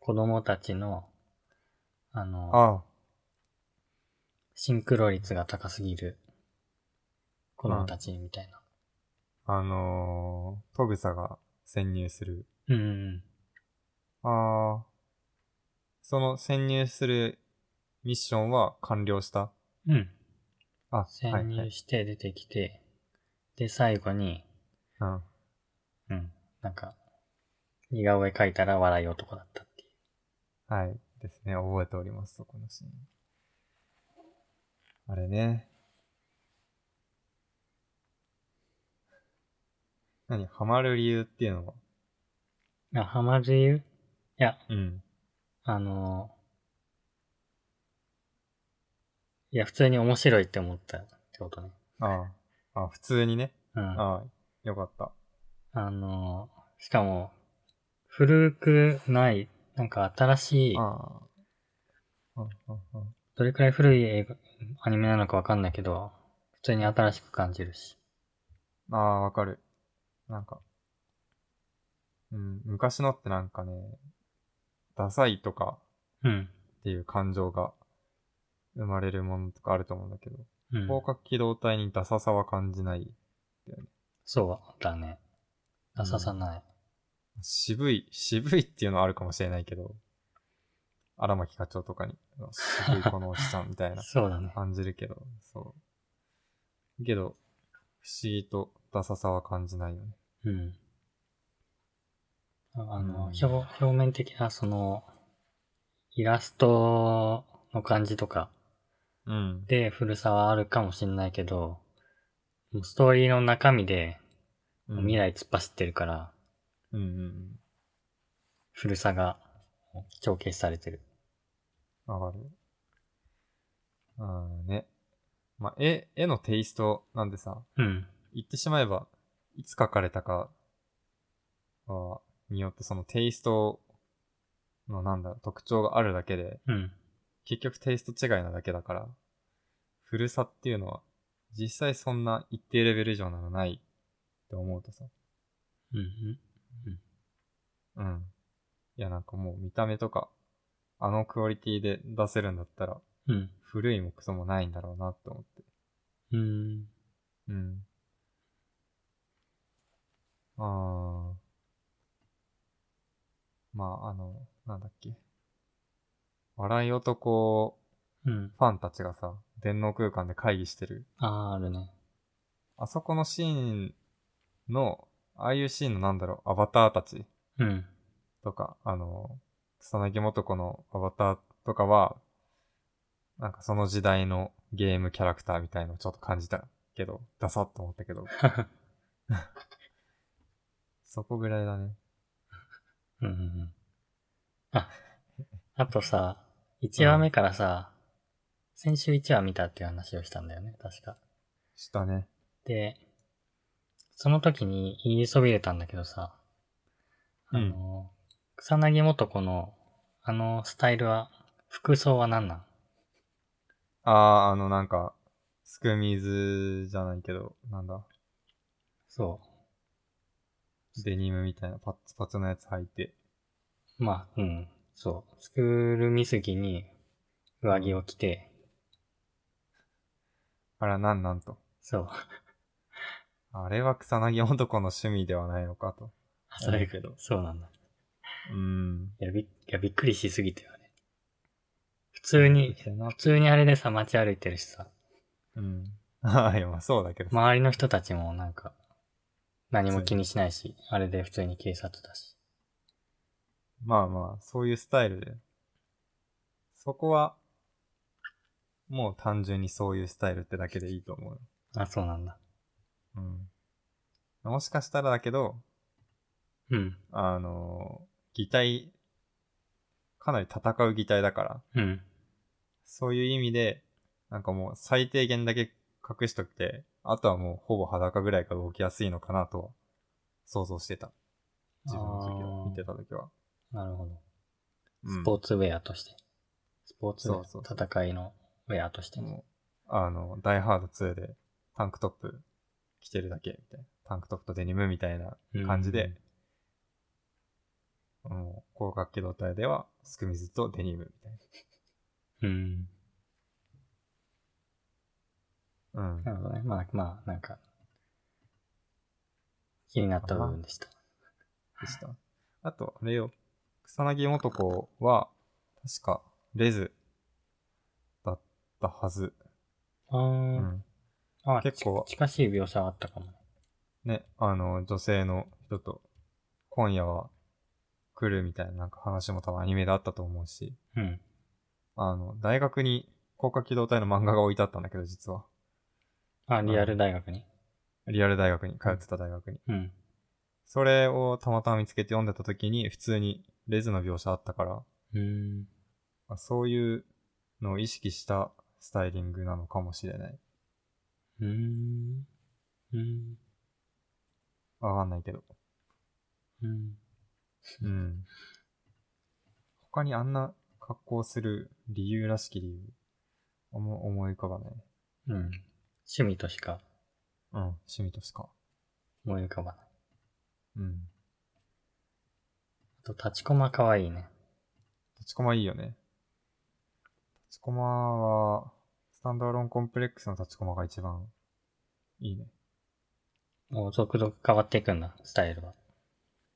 [SPEAKER 2] 子供たちの、あの、
[SPEAKER 1] あ
[SPEAKER 2] シンクロ率が高すぎる子供たちみたいな。
[SPEAKER 1] あ、あのー、トグサが潜入する。
[SPEAKER 2] うんうん
[SPEAKER 1] ああ、その潜入するミッションは完了した
[SPEAKER 2] うん。うん。
[SPEAKER 1] あ、
[SPEAKER 2] 潜
[SPEAKER 1] はいは
[SPEAKER 2] 入
[SPEAKER 1] い。
[SPEAKER 2] して出てきて、で、最後に、
[SPEAKER 1] うん。
[SPEAKER 2] うん、なんか、似顔絵描いたら笑い男だったってい
[SPEAKER 1] はい。ですね。覚えております、そこのシーン。あれね。何ハマる理由っていうのは
[SPEAKER 2] う。あ、ハマる理由いや、
[SPEAKER 1] うん。
[SPEAKER 2] あのーいや、普通に面白いって思ったってことね。
[SPEAKER 1] ああ。あ普通にね。
[SPEAKER 2] うん。あ
[SPEAKER 1] ああ、よかった。
[SPEAKER 2] のーしかも、古くない、なんか新しい、
[SPEAKER 1] ああ。ああ、あ
[SPEAKER 2] どれくらい古い映画、アニメなのかわかんないけど、普通に新しく感じるし。
[SPEAKER 1] あ。ああ、わかる。なんか。うん、昔のってなんかね、ダサいとか
[SPEAKER 2] うん。
[SPEAKER 1] っていう感情が生まれるものとかあると思うんだけど、
[SPEAKER 2] うん。
[SPEAKER 1] 広角機動隊にダサさは感じない。
[SPEAKER 2] そうだね。あささない。
[SPEAKER 1] 渋い、渋いっていうのはあるかもしれないけど、荒牧課長とかに、あの渋いこのおじさんみたいな
[SPEAKER 2] そうだね。
[SPEAKER 1] 感じるけど、そう。けど、不思議とダサさは感じないよね。
[SPEAKER 2] うん。ああの、
[SPEAKER 1] うん
[SPEAKER 2] 表、表面的な、その、イラストの感じとか
[SPEAKER 1] うん。
[SPEAKER 2] で古さはあるかもしんないけど、もうストーリーの中身で
[SPEAKER 1] うん
[SPEAKER 2] 未。来突っ走ってるから、
[SPEAKER 1] うんうんうん。
[SPEAKER 2] 古さが帳消しされてる。
[SPEAKER 1] わかる。あーね。まあ、絵、絵のテイストなんでさ、
[SPEAKER 2] うん。
[SPEAKER 1] 言ってしまえば、いつ書かれたかは、によってそのテイストのなんだろう、特徴があるだけで、
[SPEAKER 2] うん。
[SPEAKER 1] 結局テイスト違いなだけだから、古さっていうのは、実際そんな一定レベル以上なのないって思うとさ、
[SPEAKER 2] うん。
[SPEAKER 1] うん。いやなんかもう見た目とか、あのクオリティで出せるんだったら、
[SPEAKER 2] うん。
[SPEAKER 1] 古いもクソもないんだろうなって思って。
[SPEAKER 2] うん。
[SPEAKER 1] うん。ああ。まあ、あの、なんだっけ。笑い男
[SPEAKER 2] うん。
[SPEAKER 1] ファンたちがさ、電脳空間で会議してる。
[SPEAKER 2] あー、あるね。
[SPEAKER 1] あそこのシーンの、ああいうシーンのなんだろう、アバターたち
[SPEAKER 2] うん。
[SPEAKER 1] とか、あの、草薙素子のアバターとかは、なんかその時代のゲームキャラクターみたいのをちょっと感じたけど、ダサっと思った けど、そこぐらいだね。
[SPEAKER 2] うんうんうん。あ、あとさ、1話目からさ、先週1話見たっていう話をしたんだよね、確か。
[SPEAKER 1] したね。
[SPEAKER 2] で、その時に言いそびれたんだけどさ、あの、草薙素子のあのスタイルは、服装は何なん
[SPEAKER 1] ああ、あのなんか、スクミーズじゃないけど、なんだ、
[SPEAKER 2] そ
[SPEAKER 1] デニムみたいなパッツパツのやつ履いて、
[SPEAKER 2] う。まあ、うん、そう。スクール水着に上着を着て、
[SPEAKER 1] あら、なんなんと。
[SPEAKER 2] そう。
[SPEAKER 1] あれは草薙男の趣味ではないのかと。
[SPEAKER 2] あそういう
[SPEAKER 1] 思うけど
[SPEAKER 2] そうなんだ。
[SPEAKER 1] うん。
[SPEAKER 2] いや、びっいやびっくりしすぎたよね。普通に、普通にあれでさ、街歩いてるしさ、
[SPEAKER 1] うん。 はいや、まあそうだけどさ。
[SPEAKER 2] 周りの人たちもなんか、何も気にしないし、あれで普通に警察だし。
[SPEAKER 1] まあまあ、そういうスタイルで。そこは、もう単純にそういうスタイルってだけでいいと思うよ。
[SPEAKER 2] あ、そうなんだ。
[SPEAKER 1] うん。もしかしたらだけど、
[SPEAKER 2] うん、
[SPEAKER 1] あの擬態、かなり戦う擬態だから、
[SPEAKER 2] うん、
[SPEAKER 1] そういう意味で、なんかもう最低限だけ隠しとくて、あとはもうほぼ裸ぐらいが動きやすいのかなとは想像してた。自分の時
[SPEAKER 2] あ
[SPEAKER 1] は、
[SPEAKER 2] ー
[SPEAKER 1] 見てた時は。
[SPEAKER 2] なるほど。
[SPEAKER 1] う
[SPEAKER 2] ス
[SPEAKER 1] ん
[SPEAKER 2] ポーツウェアとして。スポーツウェア
[SPEAKER 1] そうそう
[SPEAKER 2] 戦いのウェアとしてね。
[SPEAKER 1] もう、あの、ダイハード2でタンクトップ着てるだけみたいな。タンクトップとデニムみたいな
[SPEAKER 2] うん
[SPEAKER 1] 感じで、もう、広角機動隊では、スクミズとデニムみたい
[SPEAKER 2] うん。
[SPEAKER 1] な。うん。
[SPEAKER 2] なるほどね。まあ、まあ、なんか、気になった部分でした。
[SPEAKER 1] でした。あと、あれよ。草薙素子は、確か、レズ、だったはず。
[SPEAKER 2] あー、
[SPEAKER 1] うん。
[SPEAKER 2] あ、
[SPEAKER 1] 結構
[SPEAKER 2] ち近しい描写はあったかもね。
[SPEAKER 1] ね、あの、女性の人と、今夜は、来るみたいな、なんか話も多分アニメであったと思うし。
[SPEAKER 2] うん。
[SPEAKER 1] あの、大学に高架機動隊の漫画が置いてあったんだけど、実は。
[SPEAKER 2] あ、リアル大学に。
[SPEAKER 1] リアル大学に、通ってた大学に。
[SPEAKER 2] うん。
[SPEAKER 1] それをたまたま見つけて読んでた時に、普通にレズの描写あったから、
[SPEAKER 2] うん。
[SPEAKER 1] あそういうのを意識したスタイリングなのかもしれない。
[SPEAKER 2] うん。うん。
[SPEAKER 1] わかんないけど。
[SPEAKER 2] うん。
[SPEAKER 1] うん。他にあんな格好する理由らしき理由、思思い浮かばない。
[SPEAKER 2] うん。趣味としか
[SPEAKER 1] うん、趣味としか。
[SPEAKER 2] 思い浮かばない。
[SPEAKER 1] うん。
[SPEAKER 2] あと、立ちコマかわいいね。
[SPEAKER 1] 立ちコマいいよね。立ちコマは、スタンドアローンコンプレックスの立ちコマが一番いいね。
[SPEAKER 2] もう続々変わっていくんだ、スタイルは。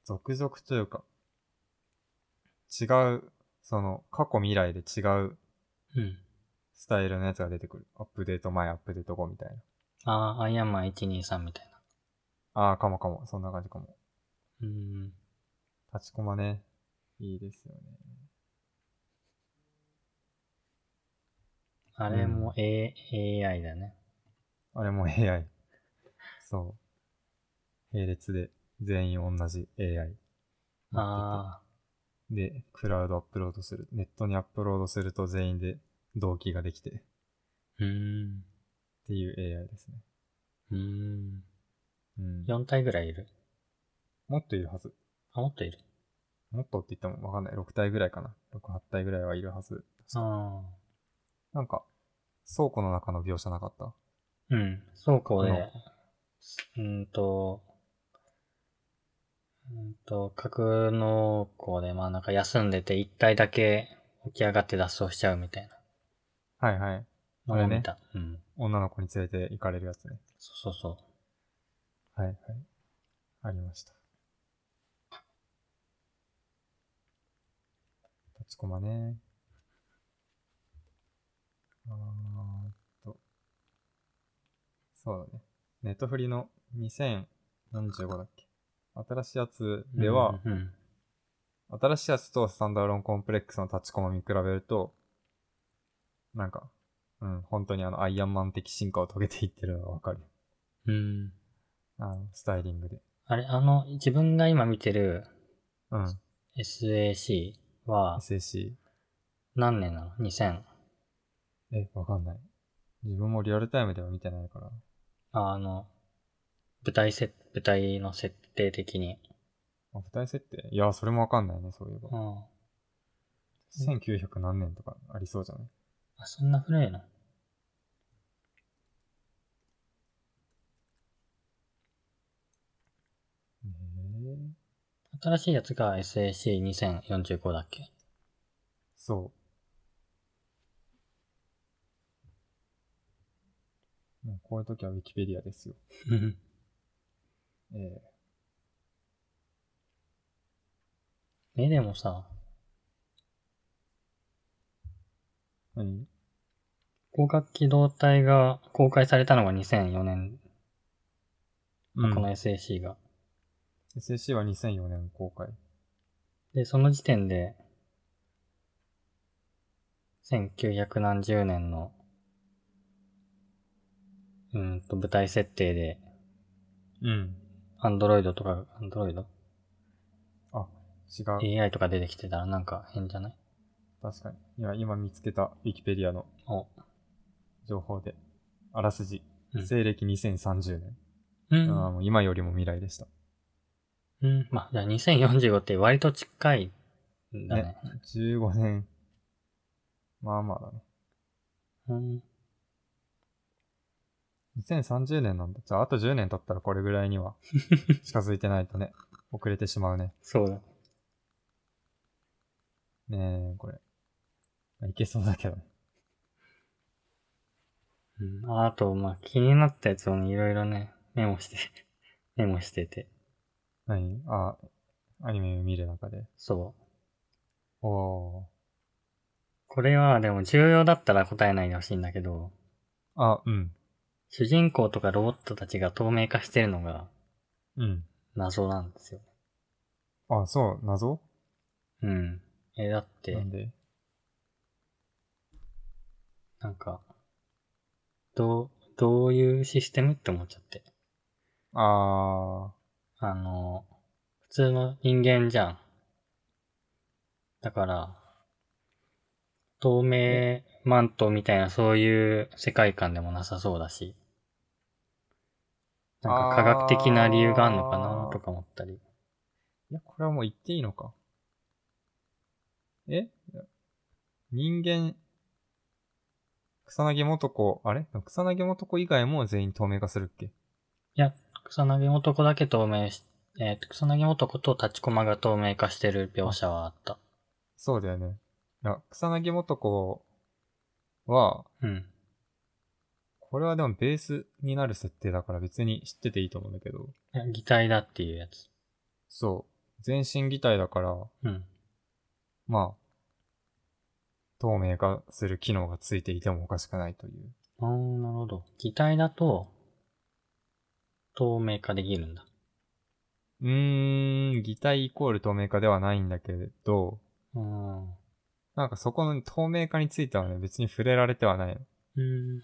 [SPEAKER 1] 続々というか、違う、その、過去未来で違う
[SPEAKER 2] うん。
[SPEAKER 1] スタイルのやつが出てくる。アップデート前、アップデート後みたいな。
[SPEAKER 2] ああ、アイアンマン123みたいな。
[SPEAKER 1] ああ、かもかも。そんな感じかも。
[SPEAKER 2] うん。
[SPEAKER 1] 立ちコマね。いいですよね。
[SPEAKER 2] あれも A、AI だね。
[SPEAKER 1] あれも AI。そう。並列で全員同じ AI。
[SPEAKER 2] ああ、
[SPEAKER 1] で、クラウドアップロードする。ネットにアップロードすると全員で同期ができてっ
[SPEAKER 2] うん。
[SPEAKER 1] ていう AI ですね。
[SPEAKER 2] うん。
[SPEAKER 1] うん。
[SPEAKER 2] 4体ぐらいいる。
[SPEAKER 1] もっといるはず。
[SPEAKER 2] あ、もっといる。
[SPEAKER 1] もっとって言ってもわかんない。6体ぐらいかな。6、8体ぐらいはいるはず。
[SPEAKER 2] ああ。
[SPEAKER 1] なんか、倉庫の中の描写なかった
[SPEAKER 2] うん、倉庫で、
[SPEAKER 1] う
[SPEAKER 2] うーんと、うーんと、格納庫で、まあなんか休んでて一体だけ起き上がって脱走しちゃうみたい
[SPEAKER 1] はいはい。
[SPEAKER 2] なのを見た。うん。
[SPEAKER 1] 女の子に連れて行かれるやつね。
[SPEAKER 2] そうそうそう。
[SPEAKER 1] はいはい。ありました。立ちこまね。あーっと。そうだね。ネットフリの2045だっけ。新しいやつでは、
[SPEAKER 2] うんうん
[SPEAKER 1] 新しいやつとスタンダーロンコンプレックスの立ちコマ見比べると、なんか、うん、本当にあの、アイアンマン的進化を遂げていってるのがわかる。
[SPEAKER 2] うん。うん。
[SPEAKER 1] あの、スタイリングで。
[SPEAKER 2] あれ、あの、自分が今見てる
[SPEAKER 1] うん。
[SPEAKER 2] SAC は
[SPEAKER 1] SAC。
[SPEAKER 2] 何年なの ?2000。
[SPEAKER 1] え、わかんない。自分もリアルタイムでは見てないから。
[SPEAKER 2] あの、舞台せ、舞台の設定的に。
[SPEAKER 1] あ、舞台設定いや、それもわかんないね、そういえば。
[SPEAKER 2] あ
[SPEAKER 1] 1900何年とかありそうじゃない
[SPEAKER 2] あ、そんな古いの
[SPEAKER 1] へえ。
[SPEAKER 2] 新しいやつが SAC2045 だっけ
[SPEAKER 1] そう。もうこういう時はウィキペディアですよ。ええ
[SPEAKER 2] え、でもさ、
[SPEAKER 1] 何
[SPEAKER 2] 光学機動隊が公開されたのが2004年、
[SPEAKER 1] うん
[SPEAKER 2] この SAC が。
[SPEAKER 1] SAC は2004年公開。
[SPEAKER 2] で、その時点で、1900何十年の、うーんと、舞台設定で、
[SPEAKER 1] うん。
[SPEAKER 2] アンドロイドとか、アンドロイド
[SPEAKER 1] 違う。
[SPEAKER 2] ?AI とか出てきてたらなんか変じゃない
[SPEAKER 1] 確かに。いや、今見つけたウィキペディアの
[SPEAKER 2] お。
[SPEAKER 1] 情報で。あらすじ。
[SPEAKER 2] うん
[SPEAKER 1] 西暦2030年。
[SPEAKER 2] う
[SPEAKER 1] あー
[SPEAKER 2] ん。
[SPEAKER 1] もう今よりも未来でした。
[SPEAKER 2] うん。まあ、じゃあ2045って割と近いんだね。ね
[SPEAKER 1] 15年。まあまあだね。
[SPEAKER 2] うん。
[SPEAKER 1] 2030年なんだ。じゃあ、あと10年経ったらこれぐらいに は近づいてないとね、遅れてしまうね。
[SPEAKER 2] そうだ。
[SPEAKER 1] ねえ、これ。いけそうだけどね。
[SPEAKER 2] うん、ああと、まあ、気になったやつをね、いろいろね、メモして、 メモしてて。
[SPEAKER 1] 何あ、アニメ見る中で。
[SPEAKER 2] そう。
[SPEAKER 1] おお
[SPEAKER 2] これは、でも重要だったら答えないでほしいんだけど、
[SPEAKER 1] ー。あ、うん。
[SPEAKER 2] 主人公とかロボットたちが透明化してるのが
[SPEAKER 1] うん。
[SPEAKER 2] 謎なんですよ。
[SPEAKER 1] あ、そう、謎
[SPEAKER 2] うん。え、だって
[SPEAKER 1] な、んで
[SPEAKER 2] なんか、どう、どういうシステムって思っちゃって。
[SPEAKER 1] あ
[SPEAKER 2] あの、普通の人間じゃん。だから、透明マントみたいなそういう世界観でもなさそうだし、なんか科学的な理由があるのかなとか思ったり。
[SPEAKER 1] ー。いや、これはもう言っていいのか。え人間、草薙元子、あれ草薙元子以外も全員透明化するっけ
[SPEAKER 2] いや、草薙男だけ透明し、えー草薙男と立ち駒が透明化してる描写はあった。
[SPEAKER 1] そうだよね。いや、草薙元子は、
[SPEAKER 2] うん。
[SPEAKER 1] これはでもベースになる設定だから別に知ってていいと思うんだけど、
[SPEAKER 2] いや擬態だっていうやつ。
[SPEAKER 1] そう。全身擬態だから、
[SPEAKER 2] うん。
[SPEAKER 1] まあ、透明化する機能がついていてもおかしくないという。
[SPEAKER 2] ああ、なるほど。擬態だと、透明化できるんだ。
[SPEAKER 1] うーん、擬態イコール透明化ではないんだけれど、
[SPEAKER 2] うん。う
[SPEAKER 1] なんかそこの透明化についてはね、別に触れられてはないの。
[SPEAKER 2] ん。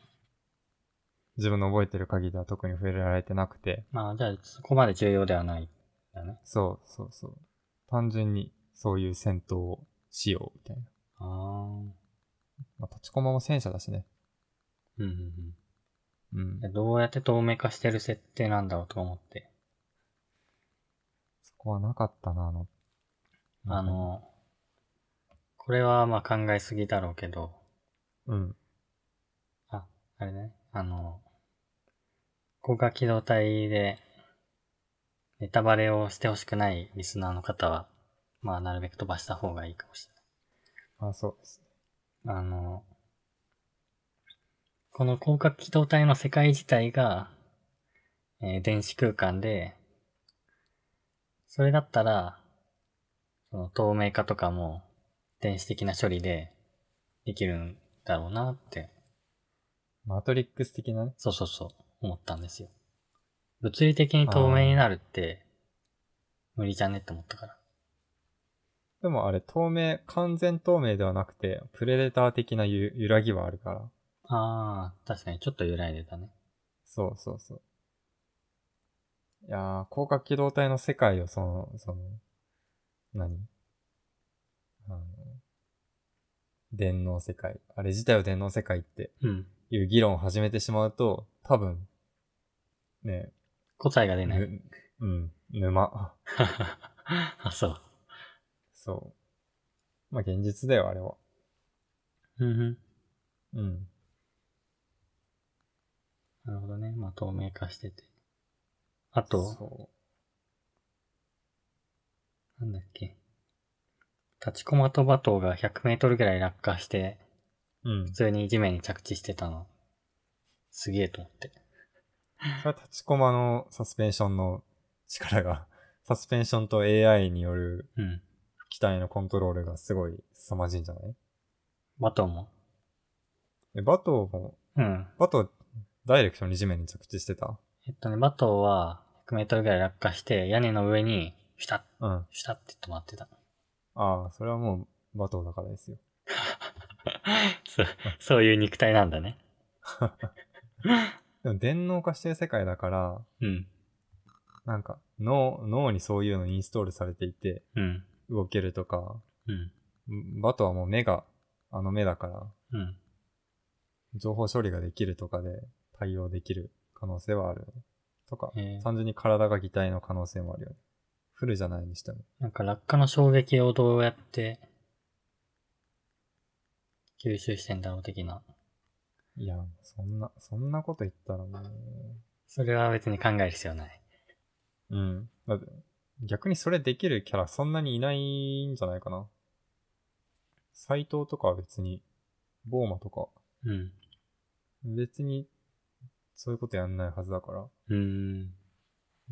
[SPEAKER 1] 自分の覚えてる限りでは特に触れられてなくて、
[SPEAKER 2] まあ、じゃあ、そこまで重要ではないんだね。
[SPEAKER 1] そうそうそう。単純にそういう戦闘をしようみたいな。
[SPEAKER 2] ああ。うん
[SPEAKER 1] まあ、立ちこまも戦車だしね。
[SPEAKER 2] うんうん
[SPEAKER 1] うん
[SPEAKER 2] で。どうやって透明化してる設定なんだろうとか思って。
[SPEAKER 1] そこはなかったな、あの。
[SPEAKER 2] あ、の、これはまあ考えすぎだろうけど、
[SPEAKER 1] うん。
[SPEAKER 2] あ、あれね、あの、高架機動隊で、ネタバレをしてほしくないリスナーの方は、まあ、なるべく飛ばした方がいいかもしれない。
[SPEAKER 1] あ、そうですね。
[SPEAKER 2] あの、この広角機動隊の世界自体が、えー電子空間で、それだったら、その透明化とかも電子的な処理でできるんだろうなって、
[SPEAKER 1] マトリックス的なね。
[SPEAKER 2] そうそうそう、思ったんですよ。物理的に透明になるって、無理じゃねって思ったから。
[SPEAKER 1] でもあれ、透明、完全透明ではなくて、プレデター的なゆ揺らぎはあるから。
[SPEAKER 2] あー、確かにちょっと揺らいでたね。
[SPEAKER 1] そうそうそう。いやー、広角機動隊の世界をその、その、何あの、電脳世界。あれ自体を電脳世界って
[SPEAKER 2] うん。
[SPEAKER 1] いう議論を始めてしまうと、多分、ね、
[SPEAKER 2] 答えが出ない。
[SPEAKER 1] ぬ、うん、沼。
[SPEAKER 2] あ、そう。
[SPEAKER 1] そう。まあ、現実だよ、あれは。
[SPEAKER 2] うんうん。
[SPEAKER 1] うん。
[SPEAKER 2] なるほどね。まあ、透明化してて。あと、
[SPEAKER 1] そ
[SPEAKER 2] なんだっけ。立ちコマとバトが100メートルぐらい落下して、
[SPEAKER 1] う。うん
[SPEAKER 2] 普。通に地面に着地してたの。すげえと思って。
[SPEAKER 1] それは立ちコマのサスペンションの力が、サスペンションと AI による
[SPEAKER 2] うん。
[SPEAKER 1] 機体のコントロールがすごい凄まじいんじゃない
[SPEAKER 2] バトも。
[SPEAKER 1] え、バトーも、
[SPEAKER 2] うん。
[SPEAKER 1] バトー、ダイレクションに地面に着地してた
[SPEAKER 2] えっとね、バトは100メートルぐらい落下して、屋根の上に、シュタッ、
[SPEAKER 1] うん。あ
[SPEAKER 2] シュタッって止まってた。
[SPEAKER 1] あ、それはもうバトーだからですよ。
[SPEAKER 2] そう、そういう肉体なんだね。
[SPEAKER 1] でも電脳化してる世界だから、
[SPEAKER 2] うん。
[SPEAKER 1] なんか脳、脳にそういうのインストールされていて、
[SPEAKER 2] うん。
[SPEAKER 1] 動けるとか、
[SPEAKER 2] うん。
[SPEAKER 1] んバトーはもう目が、あの目だから、
[SPEAKER 2] うん。
[SPEAKER 1] 情報処理ができるとかで対応できる可能性はあるよね。とか、
[SPEAKER 2] えー
[SPEAKER 1] 単純に体が擬態の可能性もあるよね。フルじゃないにしても。
[SPEAKER 2] なんか落下の衝撃をどうやって吸収してんだろう的な。
[SPEAKER 1] いや、そんな、そんなこと言ったらも
[SPEAKER 2] それは別に考える必要ない。
[SPEAKER 1] う、うん。だって、逆にそれできるキャラそんなにいないんじゃないかな。斎藤とかは別に、ボーマとか、
[SPEAKER 2] うん。
[SPEAKER 1] 別に、そういうことやんないはずだから、
[SPEAKER 2] うーん。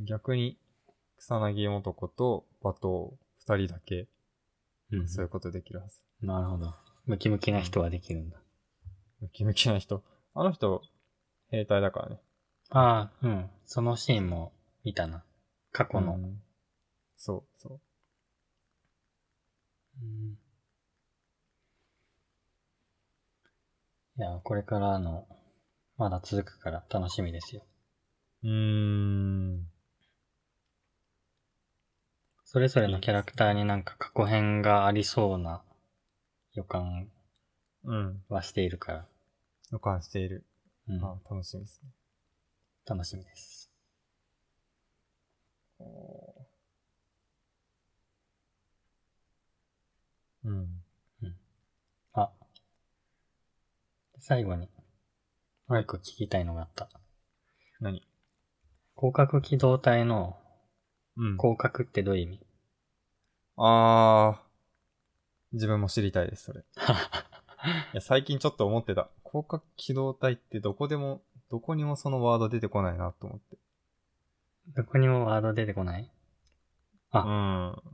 [SPEAKER 1] 逆に、草薙男と馬頭二人だけ、
[SPEAKER 2] うん。
[SPEAKER 1] そういうことできるはず。
[SPEAKER 2] なるほど。ムキムキな人はできるんだ。
[SPEAKER 1] ムキムキな人。あの人、兵隊だからね。
[SPEAKER 2] ああ、うん。そのシーンも見たな。過去の。
[SPEAKER 1] うんそう、そう。
[SPEAKER 2] うんいや、これからの、まだ続くから楽しみですよ。
[SPEAKER 1] うーん。
[SPEAKER 2] それぞれのキャラクターになんか過去編がありそうな予感
[SPEAKER 1] うん。
[SPEAKER 2] はしているから。
[SPEAKER 1] 予感している。
[SPEAKER 2] うん。
[SPEAKER 1] あ楽しみですね。
[SPEAKER 2] 楽しみです。
[SPEAKER 1] うん。
[SPEAKER 2] あ。最後に、もう一個聞きたいのがあった。
[SPEAKER 1] 何
[SPEAKER 2] 広角機動隊の
[SPEAKER 1] うん。
[SPEAKER 2] 広角ってどういう意味、
[SPEAKER 1] あー。自分も知りたいです、それ。いや、最近ちょっと思ってた。広角機動隊ってどこでも、どこにもそのワード出てこないなと思って。
[SPEAKER 2] どこにもワード出てこないあ
[SPEAKER 1] うん。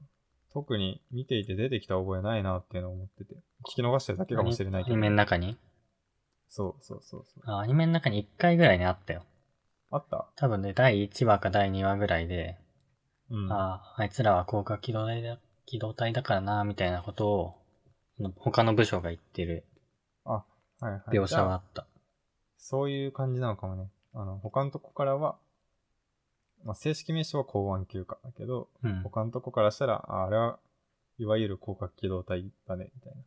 [SPEAKER 1] 特に見ていて出てきた覚えないなっていうのを思ってて。聞き逃してるだけかもしれないけ
[SPEAKER 2] アニ
[SPEAKER 1] ど。
[SPEAKER 2] メの中に
[SPEAKER 1] そうそうそうそう。
[SPEAKER 2] あアニメの中に1回ぐらいね、あったよ。
[SPEAKER 1] あった
[SPEAKER 2] 多分ね、第1話か第2話ぐらいで、
[SPEAKER 1] うん。
[SPEAKER 2] ああ、あいつらは広角機動隊だ機動隊だからな、みたいなことを、その他の部署が言ってる
[SPEAKER 1] はいはい。
[SPEAKER 2] 描写はあった。
[SPEAKER 1] そういう感じなのかもね。あの、他のとこからは、まあ、正式名称は公安休暇だけど、
[SPEAKER 2] うん。
[SPEAKER 1] 他のとこからしたら、ああれは、いわゆる広角機動隊だね、みたいな。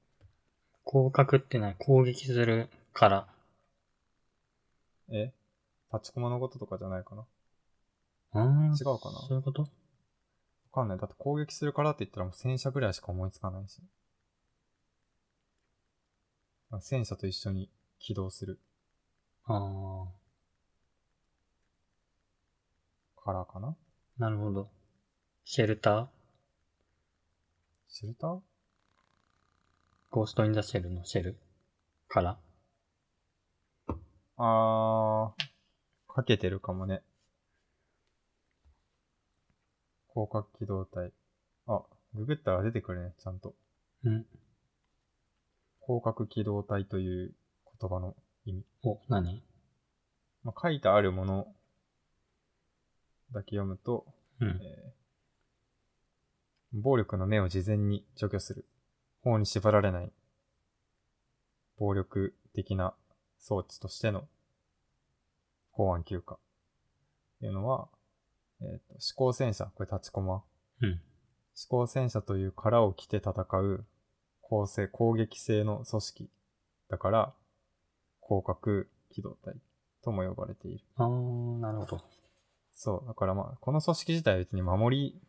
[SPEAKER 2] 広角ってのは攻撃するから。
[SPEAKER 1] え立ちコマのこととかじゃないかな。わ
[SPEAKER 2] うーん。
[SPEAKER 1] 違うかな
[SPEAKER 2] そういうこと
[SPEAKER 1] かんない。だって攻撃するからって言ったらもう戦車ぐらいしか思いつかないし。あ戦車と一緒に起動する
[SPEAKER 2] ああ、
[SPEAKER 1] からかな
[SPEAKER 2] なるほど。シェルター
[SPEAKER 1] シェルター
[SPEAKER 2] ゴースト・イン・ザ・シェルのシェルから、
[SPEAKER 1] あー、かけてるかもね。広角機動隊。あ、ググったら出てくるね、ちゃんと。
[SPEAKER 2] うん。
[SPEAKER 1] 広角機動隊という言葉の意味。
[SPEAKER 2] お、何
[SPEAKER 1] まあ、書いてあるものだけ読むと、
[SPEAKER 2] う
[SPEAKER 1] え
[SPEAKER 2] ん。
[SPEAKER 1] ー暴力の目を事前に除去する。法に縛られない。暴力的な装置としての法案休暇。っていうのは、えーと思考戦車、これ立ちコマ。
[SPEAKER 2] うん。
[SPEAKER 1] 思考戦車という殻を着て戦う構成、攻撃性の組織だから、広角機動隊とも呼ばれている。
[SPEAKER 2] あー、なるほど。
[SPEAKER 1] そう、だからまあ、この組織自体は別に守り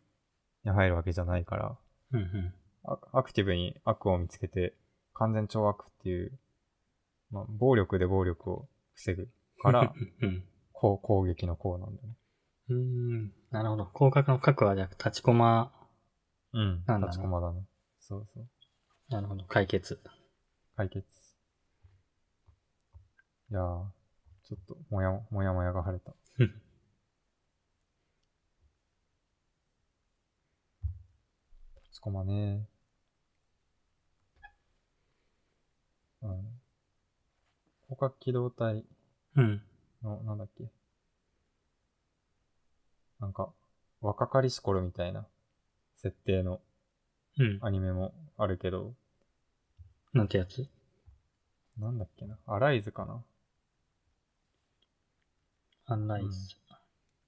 [SPEAKER 1] に入るわけじゃないから、
[SPEAKER 2] うんうん。
[SPEAKER 1] アアクティブに悪を見つけて、完全懲悪っていう、まあ、暴力で暴力を防ぐ から、
[SPEAKER 2] うん。
[SPEAKER 1] こう攻撃のこうなんだね。
[SPEAKER 2] うーん。なるほど。広角の角はじゃあ立ちコマ、
[SPEAKER 1] うん。
[SPEAKER 2] なんだな
[SPEAKER 1] 立ちこまだね。そうそう。
[SPEAKER 2] なるほど。解決。
[SPEAKER 1] 解決。いやー、ちょっと、もや、もやもやが晴れた。
[SPEAKER 2] うん
[SPEAKER 1] 立ちこまねうん。広角機動隊
[SPEAKER 2] うん。
[SPEAKER 1] の、なんだっけ。なんか、若かりし頃みたいな設定の
[SPEAKER 2] うん。
[SPEAKER 1] アニメもあるけど、
[SPEAKER 2] なんてやつ
[SPEAKER 1] なんだっけな。アライズかな
[SPEAKER 2] アンライズ。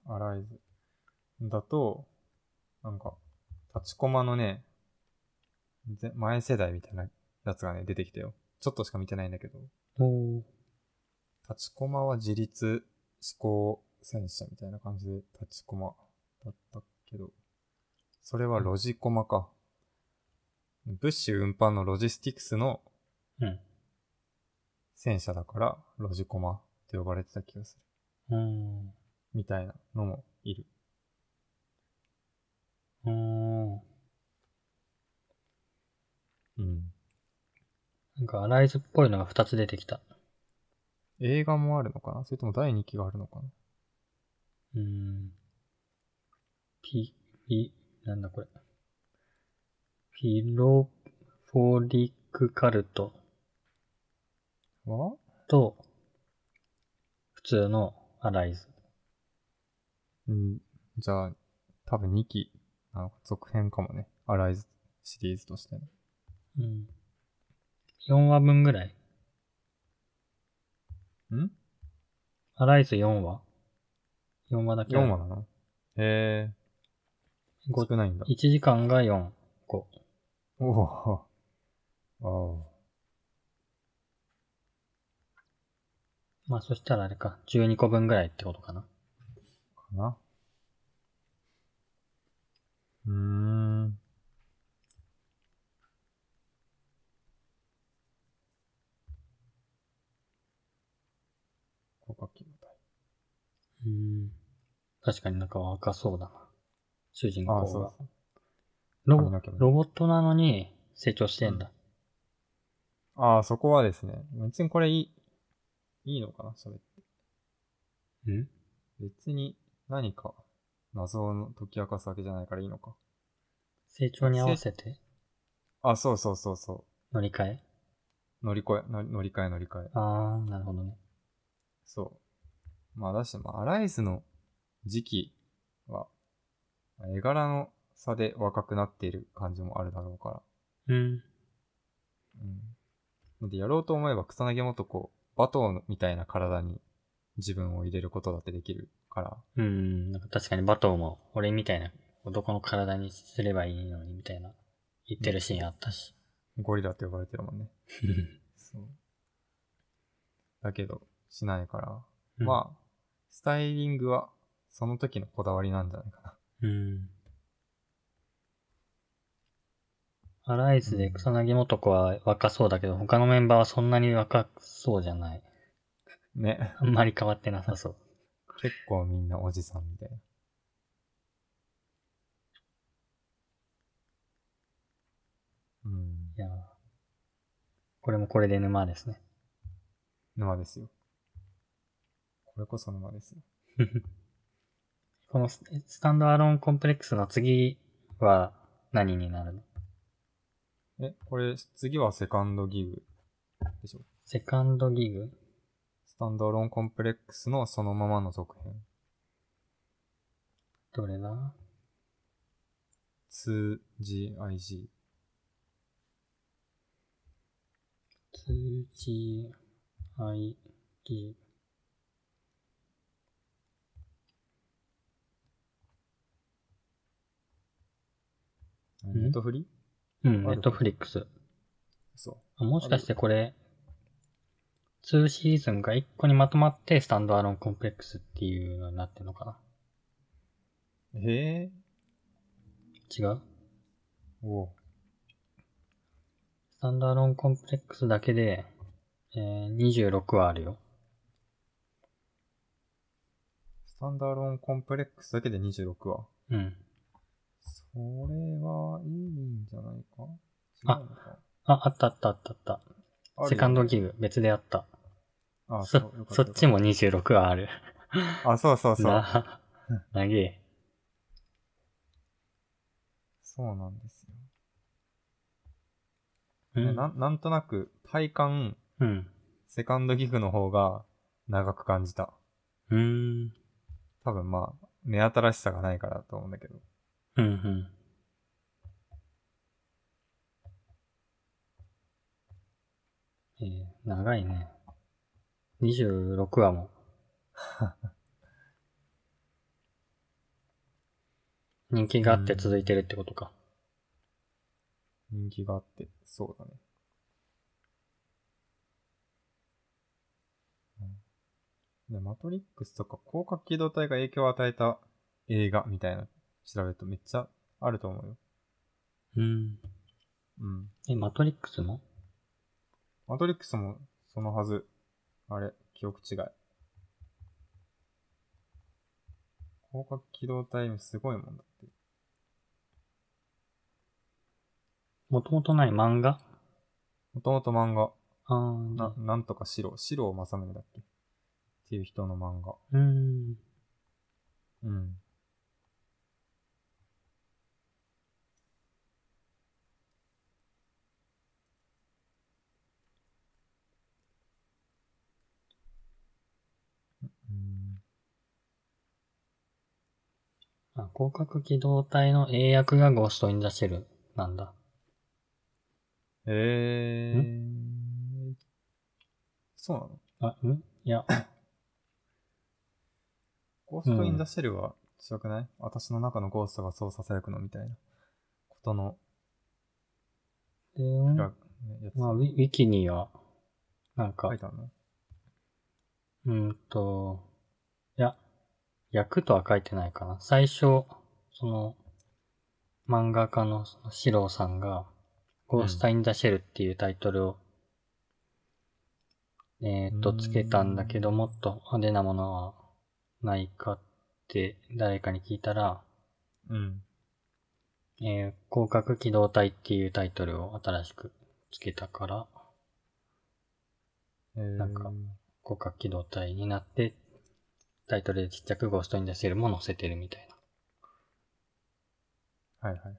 [SPEAKER 1] アライズだと、なんか、立ちコマのね、ぜ前世代みたいなやつがね、出てきたよ。ちょっとしか見てないんだけど、
[SPEAKER 2] おー。
[SPEAKER 1] 立ちコマは自立思考戦車みたいな感じで立ちコマだったけど、それはロジコマか。物資運搬のロジスティクスの
[SPEAKER 2] うん。
[SPEAKER 1] 戦車だから、ロジコマって呼ばれてた気がする。
[SPEAKER 2] うーん。
[SPEAKER 1] みたいなのもいる。
[SPEAKER 2] うーん。
[SPEAKER 1] うん。
[SPEAKER 2] なんかアライズっぽいのが2つ出てきた。
[SPEAKER 1] 映画もあるのかなそれとも第2期があるのかな
[SPEAKER 2] うーん。ピ、ピ、なんだこれ。フィロフォリックカルト
[SPEAKER 1] は
[SPEAKER 2] と、普通のアライズ。
[SPEAKER 1] うん、じゃあ、多分2期、あ続編かもね。アライズシリーズとしての。
[SPEAKER 2] うん。4話分ぐらい。
[SPEAKER 1] ん
[SPEAKER 2] アライズ4話 ?4 話だけあ
[SPEAKER 1] ?4
[SPEAKER 2] る。
[SPEAKER 1] 話なのへえ
[SPEAKER 2] ご
[SPEAKER 1] ー、少ないんだ。
[SPEAKER 2] 1時間が4個。
[SPEAKER 1] おおー。あ
[SPEAKER 2] まあそしたらあれか、12個分ぐらいってことかな。
[SPEAKER 1] あ、かな。うーん。広角機動隊
[SPEAKER 2] うん。確かになんか若そうだな。主人
[SPEAKER 1] ああ、
[SPEAKER 2] 公
[SPEAKER 1] そ
[SPEAKER 2] が
[SPEAKER 1] う。そう。
[SPEAKER 2] ロ
[SPEAKER 1] 髪
[SPEAKER 2] ボ
[SPEAKER 1] の毛もね
[SPEAKER 2] ロボットなのに成長してんだ。
[SPEAKER 1] ああ、そこはですね。別にこれいい、いいのかな喋って。
[SPEAKER 2] うん
[SPEAKER 1] 別に何か謎を解き明かすわけじゃないからいいのか。
[SPEAKER 2] 成長に合わせて
[SPEAKER 1] あ、そうそうそうそ
[SPEAKER 2] 乗り換え
[SPEAKER 1] う。乗り越え、乗り乗り換え乗り換え。
[SPEAKER 2] あー、なるほどね。
[SPEAKER 1] そう。まあだし、まあ、アライズの時期は、まあ絵柄の差で若くなっている感じもあるだろうから。
[SPEAKER 2] うん。
[SPEAKER 1] うん。で、やろうと思えば草薙もとこう、バトンみたいな体に自分を入れることだってできるから。
[SPEAKER 2] うん、なんか確かにバトーも俺みたいな男の体にすればいいのにみたいな言ってるシーンあったし。
[SPEAKER 1] ゴリラって呼ばれてるもんね。そう。だけど、しないから。まあ、スタイリングは、その時のこだわりなんじゃないかな。
[SPEAKER 2] あ。うん。アライズで草薙元子は若そうだけど、他のメンバーはそんなに若そうじゃない。
[SPEAKER 1] ね。
[SPEAKER 2] あんまり変わってなさそう。
[SPEAKER 1] 結構みんなおじさんみたいな。うん。
[SPEAKER 2] いやーこれもこれで沼ですね。
[SPEAKER 1] 沼ですよ。これこそ沼ですよ。
[SPEAKER 2] このススタンドアローンコンプレックスの次は何になるの
[SPEAKER 1] え、これ、次はセカンドギグでしょ
[SPEAKER 2] セカンドギグ
[SPEAKER 1] スタンドアローンコンプレックスのそのままの続編。
[SPEAKER 2] どれだ
[SPEAKER 1] 2GIG。
[SPEAKER 2] ?2GIG。ん
[SPEAKER 1] ネットフリ
[SPEAKER 2] うん、
[SPEAKER 1] あ
[SPEAKER 2] ネ
[SPEAKER 1] る
[SPEAKER 2] ットフリックス。
[SPEAKER 1] そ
[SPEAKER 2] あもしかしてこれ、2シーズンが1個にまとまってスタンドアローンコンプレックスっていうのになってるのかな
[SPEAKER 1] う。へえ。
[SPEAKER 2] 違う
[SPEAKER 1] おう
[SPEAKER 2] スタンドアローンコンプレックスだけで、えー、26話あるよ。
[SPEAKER 1] スタンドアローンコンプレックスだけで26話。
[SPEAKER 2] うん。
[SPEAKER 1] それはいいんじゃないか
[SPEAKER 2] あ
[SPEAKER 1] 違うのか
[SPEAKER 2] あ、あったあったあったあっ
[SPEAKER 1] あ
[SPEAKER 2] た。セカンドギ
[SPEAKER 1] グ。
[SPEAKER 2] グ、別であった。
[SPEAKER 1] あ、
[SPEAKER 2] そ
[SPEAKER 1] そう、よかた
[SPEAKER 2] そっち。も26話ある。
[SPEAKER 1] よかたあ、そうそうそう。
[SPEAKER 2] な、なげえ。
[SPEAKER 1] そうなんですよ。
[SPEAKER 2] う
[SPEAKER 1] ね
[SPEAKER 2] ん。
[SPEAKER 1] なんなんとなく、体感、
[SPEAKER 2] うん。
[SPEAKER 1] セカンドギグの方が長く感じた。
[SPEAKER 2] うーん。
[SPEAKER 1] 多分まあ、目新しさがないからだと思うんだけど。
[SPEAKER 2] うんうん。えー、長いね。26 話も。人気があって続いてるってことか。
[SPEAKER 1] 人気があって、そうだね。うんで、マトリックスとか広角機動隊が影響を与えた映画みたいな調べるとめっちゃあると思うよ。
[SPEAKER 2] うん。
[SPEAKER 1] うん。
[SPEAKER 2] え、マトリックスも
[SPEAKER 1] マトリックスもそのはず。あれ、記憶違い。広角機動隊もすごいもんだって。
[SPEAKER 2] もともとない漫画
[SPEAKER 1] もともと漫画、
[SPEAKER 2] あ
[SPEAKER 1] な
[SPEAKER 2] あ、、
[SPEAKER 1] なんとかシロ、シロを正宗だっけっていう人の漫画。
[SPEAKER 2] うん。
[SPEAKER 1] うん。うん
[SPEAKER 2] あ、広角機動隊の英訳がゴーストインザシェルなんだ。
[SPEAKER 1] えー、そうなの
[SPEAKER 2] あ、んいや、
[SPEAKER 1] ゴーストインザシェルは違くない、私の中のゴーストがそう囁くのみたいなことの、
[SPEAKER 2] うん
[SPEAKER 1] がやつ
[SPEAKER 2] まあ、ウィウィキには、なんか、
[SPEAKER 1] 書いてあるの
[SPEAKER 2] うーんと、いや、役とは書いてないかな。最初、その、漫画家のそのシローさんが、ゴースタイン・ザ・シェルっていうタイトルを、えーっと、
[SPEAKER 1] うーん
[SPEAKER 2] つけたんだけど、もっと派手なものはないかって誰かに聞いたら、
[SPEAKER 1] うん。
[SPEAKER 2] えー広角機動隊っていうタイトルを新しくつけたから、
[SPEAKER 1] えー、
[SPEAKER 2] なんか広角機動隊になって、タイトルでちっちゃくゴーストインザシェルも載せてるみたいな。
[SPEAKER 1] はいはい。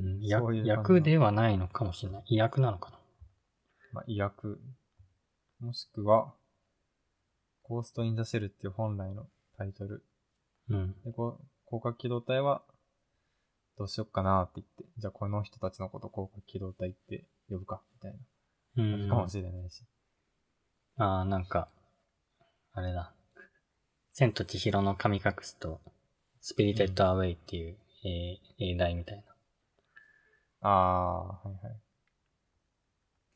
[SPEAKER 2] うん、や
[SPEAKER 1] そういう感じなの
[SPEAKER 2] 役ではないのかもしれない。役なのかな。
[SPEAKER 1] まあ、医薬、もしくは、ゴーストインザシェルっていう本来のタイトル。
[SPEAKER 2] うん。
[SPEAKER 1] で、こう、広角機動隊は、どうしよっかなって言って、じゃあこの人たちのこと広角機動隊って呼ぶか、みたいな
[SPEAKER 2] う
[SPEAKER 1] 感じ
[SPEAKER 2] ん
[SPEAKER 1] か。もしれないし。
[SPEAKER 2] ああ、なんか、あれだ。千と千尋の神隠しと、スピリテッドアウェイっていう、えー英題みたいな。
[SPEAKER 1] あー、はいはい。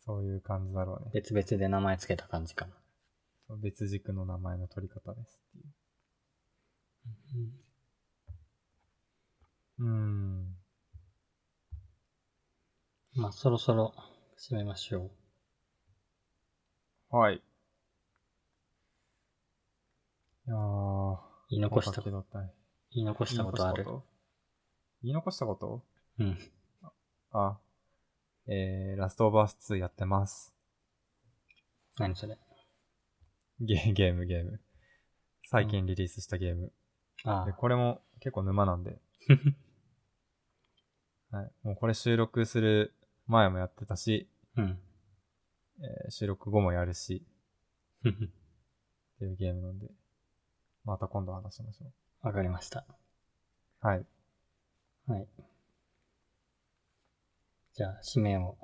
[SPEAKER 1] そういう感じだろうね。
[SPEAKER 2] 別々で名前つけた感じかな。
[SPEAKER 1] 別軸の名前の取り方ですっていう。うーん。
[SPEAKER 2] まあ、そろそろ、締めましょ
[SPEAKER 1] はい。いやー、
[SPEAKER 2] う。言い残した、
[SPEAKER 1] 広角機
[SPEAKER 2] 言
[SPEAKER 1] 動隊。
[SPEAKER 2] い残したことある。
[SPEAKER 1] 言い残したこと
[SPEAKER 2] うん。
[SPEAKER 1] あ、えー、ラストオーバース2やってます。
[SPEAKER 2] 何それ
[SPEAKER 1] ゲーゲーム、ゲーム。最近リリースしたゲーム。
[SPEAKER 2] あ
[SPEAKER 1] で、
[SPEAKER 2] あ。
[SPEAKER 1] これも結構沼なんで。はい。もうこれ収録する前もやってたし、
[SPEAKER 2] うん。
[SPEAKER 1] えー収録後もやるし、っていうゲームなんで。また今度話しましょ
[SPEAKER 2] わかりました。
[SPEAKER 1] う。はい。
[SPEAKER 2] はい。じゃあ、締めを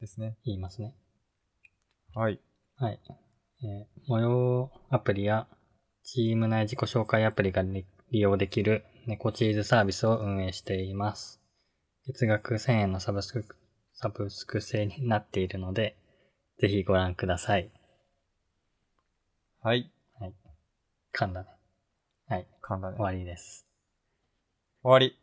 [SPEAKER 1] ですね。
[SPEAKER 2] 言いますね。
[SPEAKER 1] はい。
[SPEAKER 2] はい。えー模様アプリやチーム内自己紹介アプリが利利用できる猫チーズサービスを運営しています。月額1000円のサブスク、サブスク制になっているので、ぜひご覧ください。
[SPEAKER 1] はい。
[SPEAKER 2] 噛んだね。はい、
[SPEAKER 1] 噛んだね。
[SPEAKER 2] 終わりです。
[SPEAKER 1] 終わり。